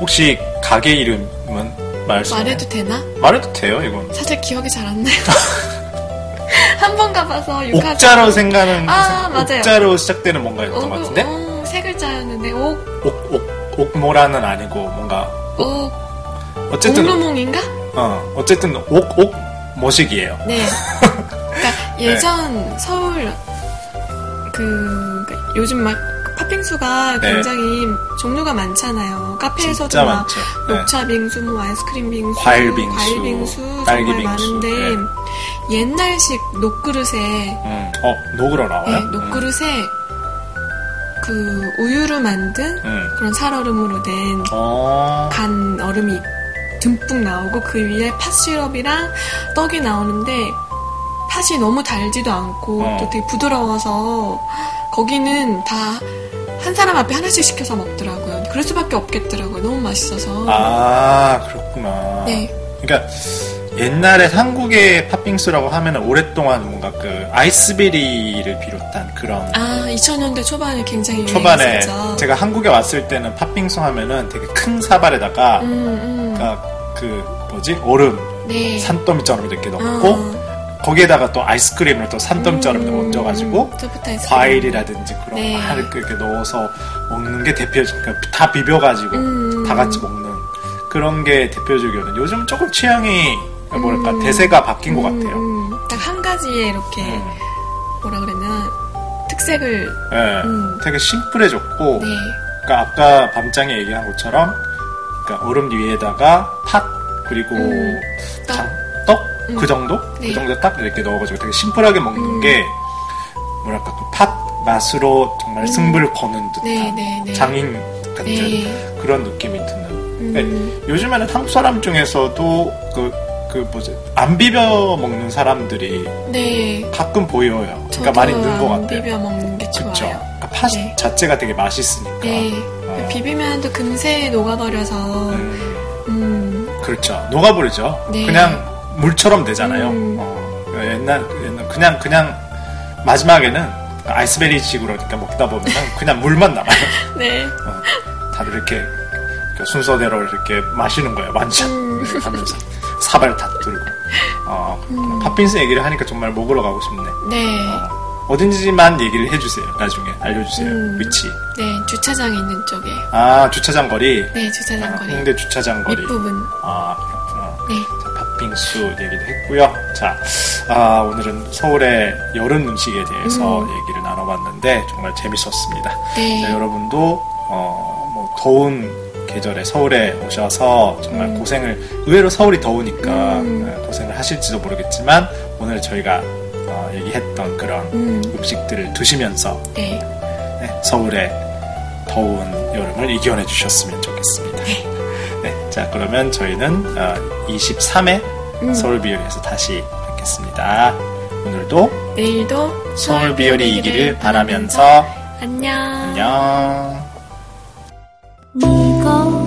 Speaker 3: 혹시 가게 이름은 말씀
Speaker 2: 말해도 되나?
Speaker 3: 말해도 돼요 이건
Speaker 2: 사실 기억이 잘 안 나요. [LAUGHS] 한 번그 가봐서 육아
Speaker 3: 옥자로 생각하는
Speaker 2: 아, 맞아요. 어,
Speaker 3: 옥자로 시작되는 뭔가였던 것 같은데
Speaker 2: 오, 세 글자였는데 옥,
Speaker 3: 옥옥 옥모라는 아니고 뭔가
Speaker 2: 옥,
Speaker 3: 어쨌든
Speaker 2: 옥루몽인가?
Speaker 3: 어 어쨌든 옥옥 모식이에요. [LAUGHS]
Speaker 2: 네.
Speaker 3: 네.
Speaker 2: 그러니까 예전 서울 그 그러니까 요즘 막 팥빙수가
Speaker 3: 네.
Speaker 2: 굉장히 종류가 많잖아요. 카페에서도
Speaker 3: 진짜
Speaker 2: 막
Speaker 3: 많죠. 네.
Speaker 2: 녹차 빙수, 뭐 아이스크림 빙수,
Speaker 3: 과일 빙수,
Speaker 2: 과일 빙수
Speaker 3: 딸기
Speaker 2: 정말
Speaker 3: 빙수, 네.
Speaker 2: 많은데 옛날식 녹그릇에
Speaker 3: 음. 어 녹으로 나와요?
Speaker 2: 네, 녹그릇에 그 우유로 만든
Speaker 3: 음. 음.
Speaker 2: 그런 살얼음으로 된
Speaker 3: 어.
Speaker 2: 간 얼음이 듬뿍 나오고 그 위에 팥 시럽이랑 떡이 나오는데 팥이 너무 달지도 않고
Speaker 3: 어.
Speaker 2: 또 되게 부드러워서 거기는 다 한 사람 앞에 하나씩 시켜서 먹더라고요. 그럴 수밖에 없겠더라고요. 너무 맛있어서.
Speaker 3: 아 그렇구나.
Speaker 2: 네,
Speaker 3: 그러니까 옛날에 한국의 팥빙수라고 하면 오랫동안 뭔가 그 아이스베리를 비롯한 그런
Speaker 2: 아 2000년대 초반에 굉장히
Speaker 3: 초반에
Speaker 2: 유행했었죠.
Speaker 3: 제가 한국에 왔을 때는 팥빙수 하면은 되게 큰 사발에다가
Speaker 2: 음, 음.
Speaker 3: 그러니까 그 뭐지 얼음
Speaker 2: 네.
Speaker 3: 산더미처럼 이렇게
Speaker 2: 아,
Speaker 3: 넣고 거기에다가 또 아이스크림을 또 산더미처럼
Speaker 2: 음,
Speaker 3: 얹어가지고
Speaker 2: 소프트 아이스크림.
Speaker 3: 과일이라든지 그런
Speaker 2: 네.
Speaker 3: 거 이렇게 이렇게 넣어서 먹는 게 대표적 그러니까 다 비벼가지고
Speaker 2: 음.
Speaker 3: 다 같이 먹는 그런 게 대표적이거든요. 요즘 조금 취향이 뭐랄까
Speaker 2: 음.
Speaker 3: 대세가 바뀐 것
Speaker 2: 음, 네.
Speaker 3: 같아요.
Speaker 2: 음. 딱 한 가지에 이렇게
Speaker 3: 음.
Speaker 2: 뭐라 그랬나 특색을
Speaker 3: 예.
Speaker 2: 음.
Speaker 3: 되게 심플해졌고
Speaker 2: 네.
Speaker 3: 그러니까 아까 밤장에 얘기한 것처럼 그러니까 얼음 위에다가 팥 그리고
Speaker 2: 음, 떡.
Speaker 3: 장- 떡?
Speaker 2: 음.
Speaker 3: 그 정도?
Speaker 2: 네.
Speaker 3: 그 정도 딱 이렇게 넣어가지고 되게 심플하게 먹는
Speaker 2: 음.
Speaker 3: 게 뭐랄까 그 팥 맛으로 정말 승부를 거는 듯한
Speaker 2: 음. 네, 네, 네.
Speaker 3: 장인 같은
Speaker 2: 네.
Speaker 3: 그런 느낌이 드는
Speaker 2: 음.
Speaker 3: 네. 요즘에는 한국 사람 중에서도 그, 그 뭐지 안 비벼 먹는 사람들이
Speaker 2: 네.
Speaker 3: 가끔 보여요 그러니까
Speaker 2: 저도
Speaker 3: 많이 는것
Speaker 2: 안
Speaker 3: 같아요
Speaker 2: 비벼 먹는 게
Speaker 3: 그쵸
Speaker 2: 좋아요.
Speaker 3: 그러니까 팥
Speaker 2: 네.
Speaker 3: 자체가 되게 맛있으니까
Speaker 2: 네.
Speaker 3: 어.
Speaker 2: 비비면 또 금세 녹아버려서,
Speaker 3: 음,
Speaker 2: 음,
Speaker 3: 그렇죠. 녹아버리죠.
Speaker 2: 네.
Speaker 3: 그냥 물처럼 되잖아요.
Speaker 2: 음.
Speaker 3: 어, 옛날, 옛날 그냥 그냥 마지막에는 아이스베리식으로 그러니까 먹다 보면 그냥 물만 남아요.
Speaker 2: 네.
Speaker 3: 어, 다들 이렇게 그 순서대로 이렇게 마시는 거예요. 완전
Speaker 2: 음.
Speaker 3: 네, 하면서 사발 다 들고. 어,
Speaker 2: 음.
Speaker 3: 팥빙수 얘기를 하니까 정말 먹으러 가고 싶네.
Speaker 2: 네.
Speaker 3: 어, 딘지만 얘기를 해주세요. 나중에 알려주세요.
Speaker 2: 음.
Speaker 3: 위치.
Speaker 2: 네. 주차장이 있는 쪽에.
Speaker 3: 아 주차장 거리.
Speaker 2: 네. 주차장
Speaker 3: 아,
Speaker 2: 거리.
Speaker 3: 홍대 주차장 거리.
Speaker 2: 윗부분.
Speaker 3: 아 그렇구나.
Speaker 2: 네.
Speaker 3: 자, 팥빙수 얘기도 했고요. 자, 아, 오늘은 서울의 여름 음식에 대해서 얘기를 나눠봤는데 정말 재밌었습니다.
Speaker 2: 네.
Speaker 3: 자, 여러분도 어, 뭐 더운 계절에 서울에 오셔서 정말
Speaker 2: 음.
Speaker 3: 고생을 의외로 서울이 더우니까 어, 고생을 하실지도 모르겠지만 오늘 저희가 어, 얘기했던 그런
Speaker 2: 음.
Speaker 3: 음식들을 드시면서
Speaker 2: 네.
Speaker 3: 네, 서울의 더운 여름을 이겨내 주셨으면 좋겠습니다. 네, 자 그러면 저희는 23회 서울 비열에서 다시 뵙겠습니다. 오늘도
Speaker 2: 내일도
Speaker 3: 서울 비열이 이기를 바라면서
Speaker 2: 안녕.
Speaker 3: 안녕.
Speaker 1: 네가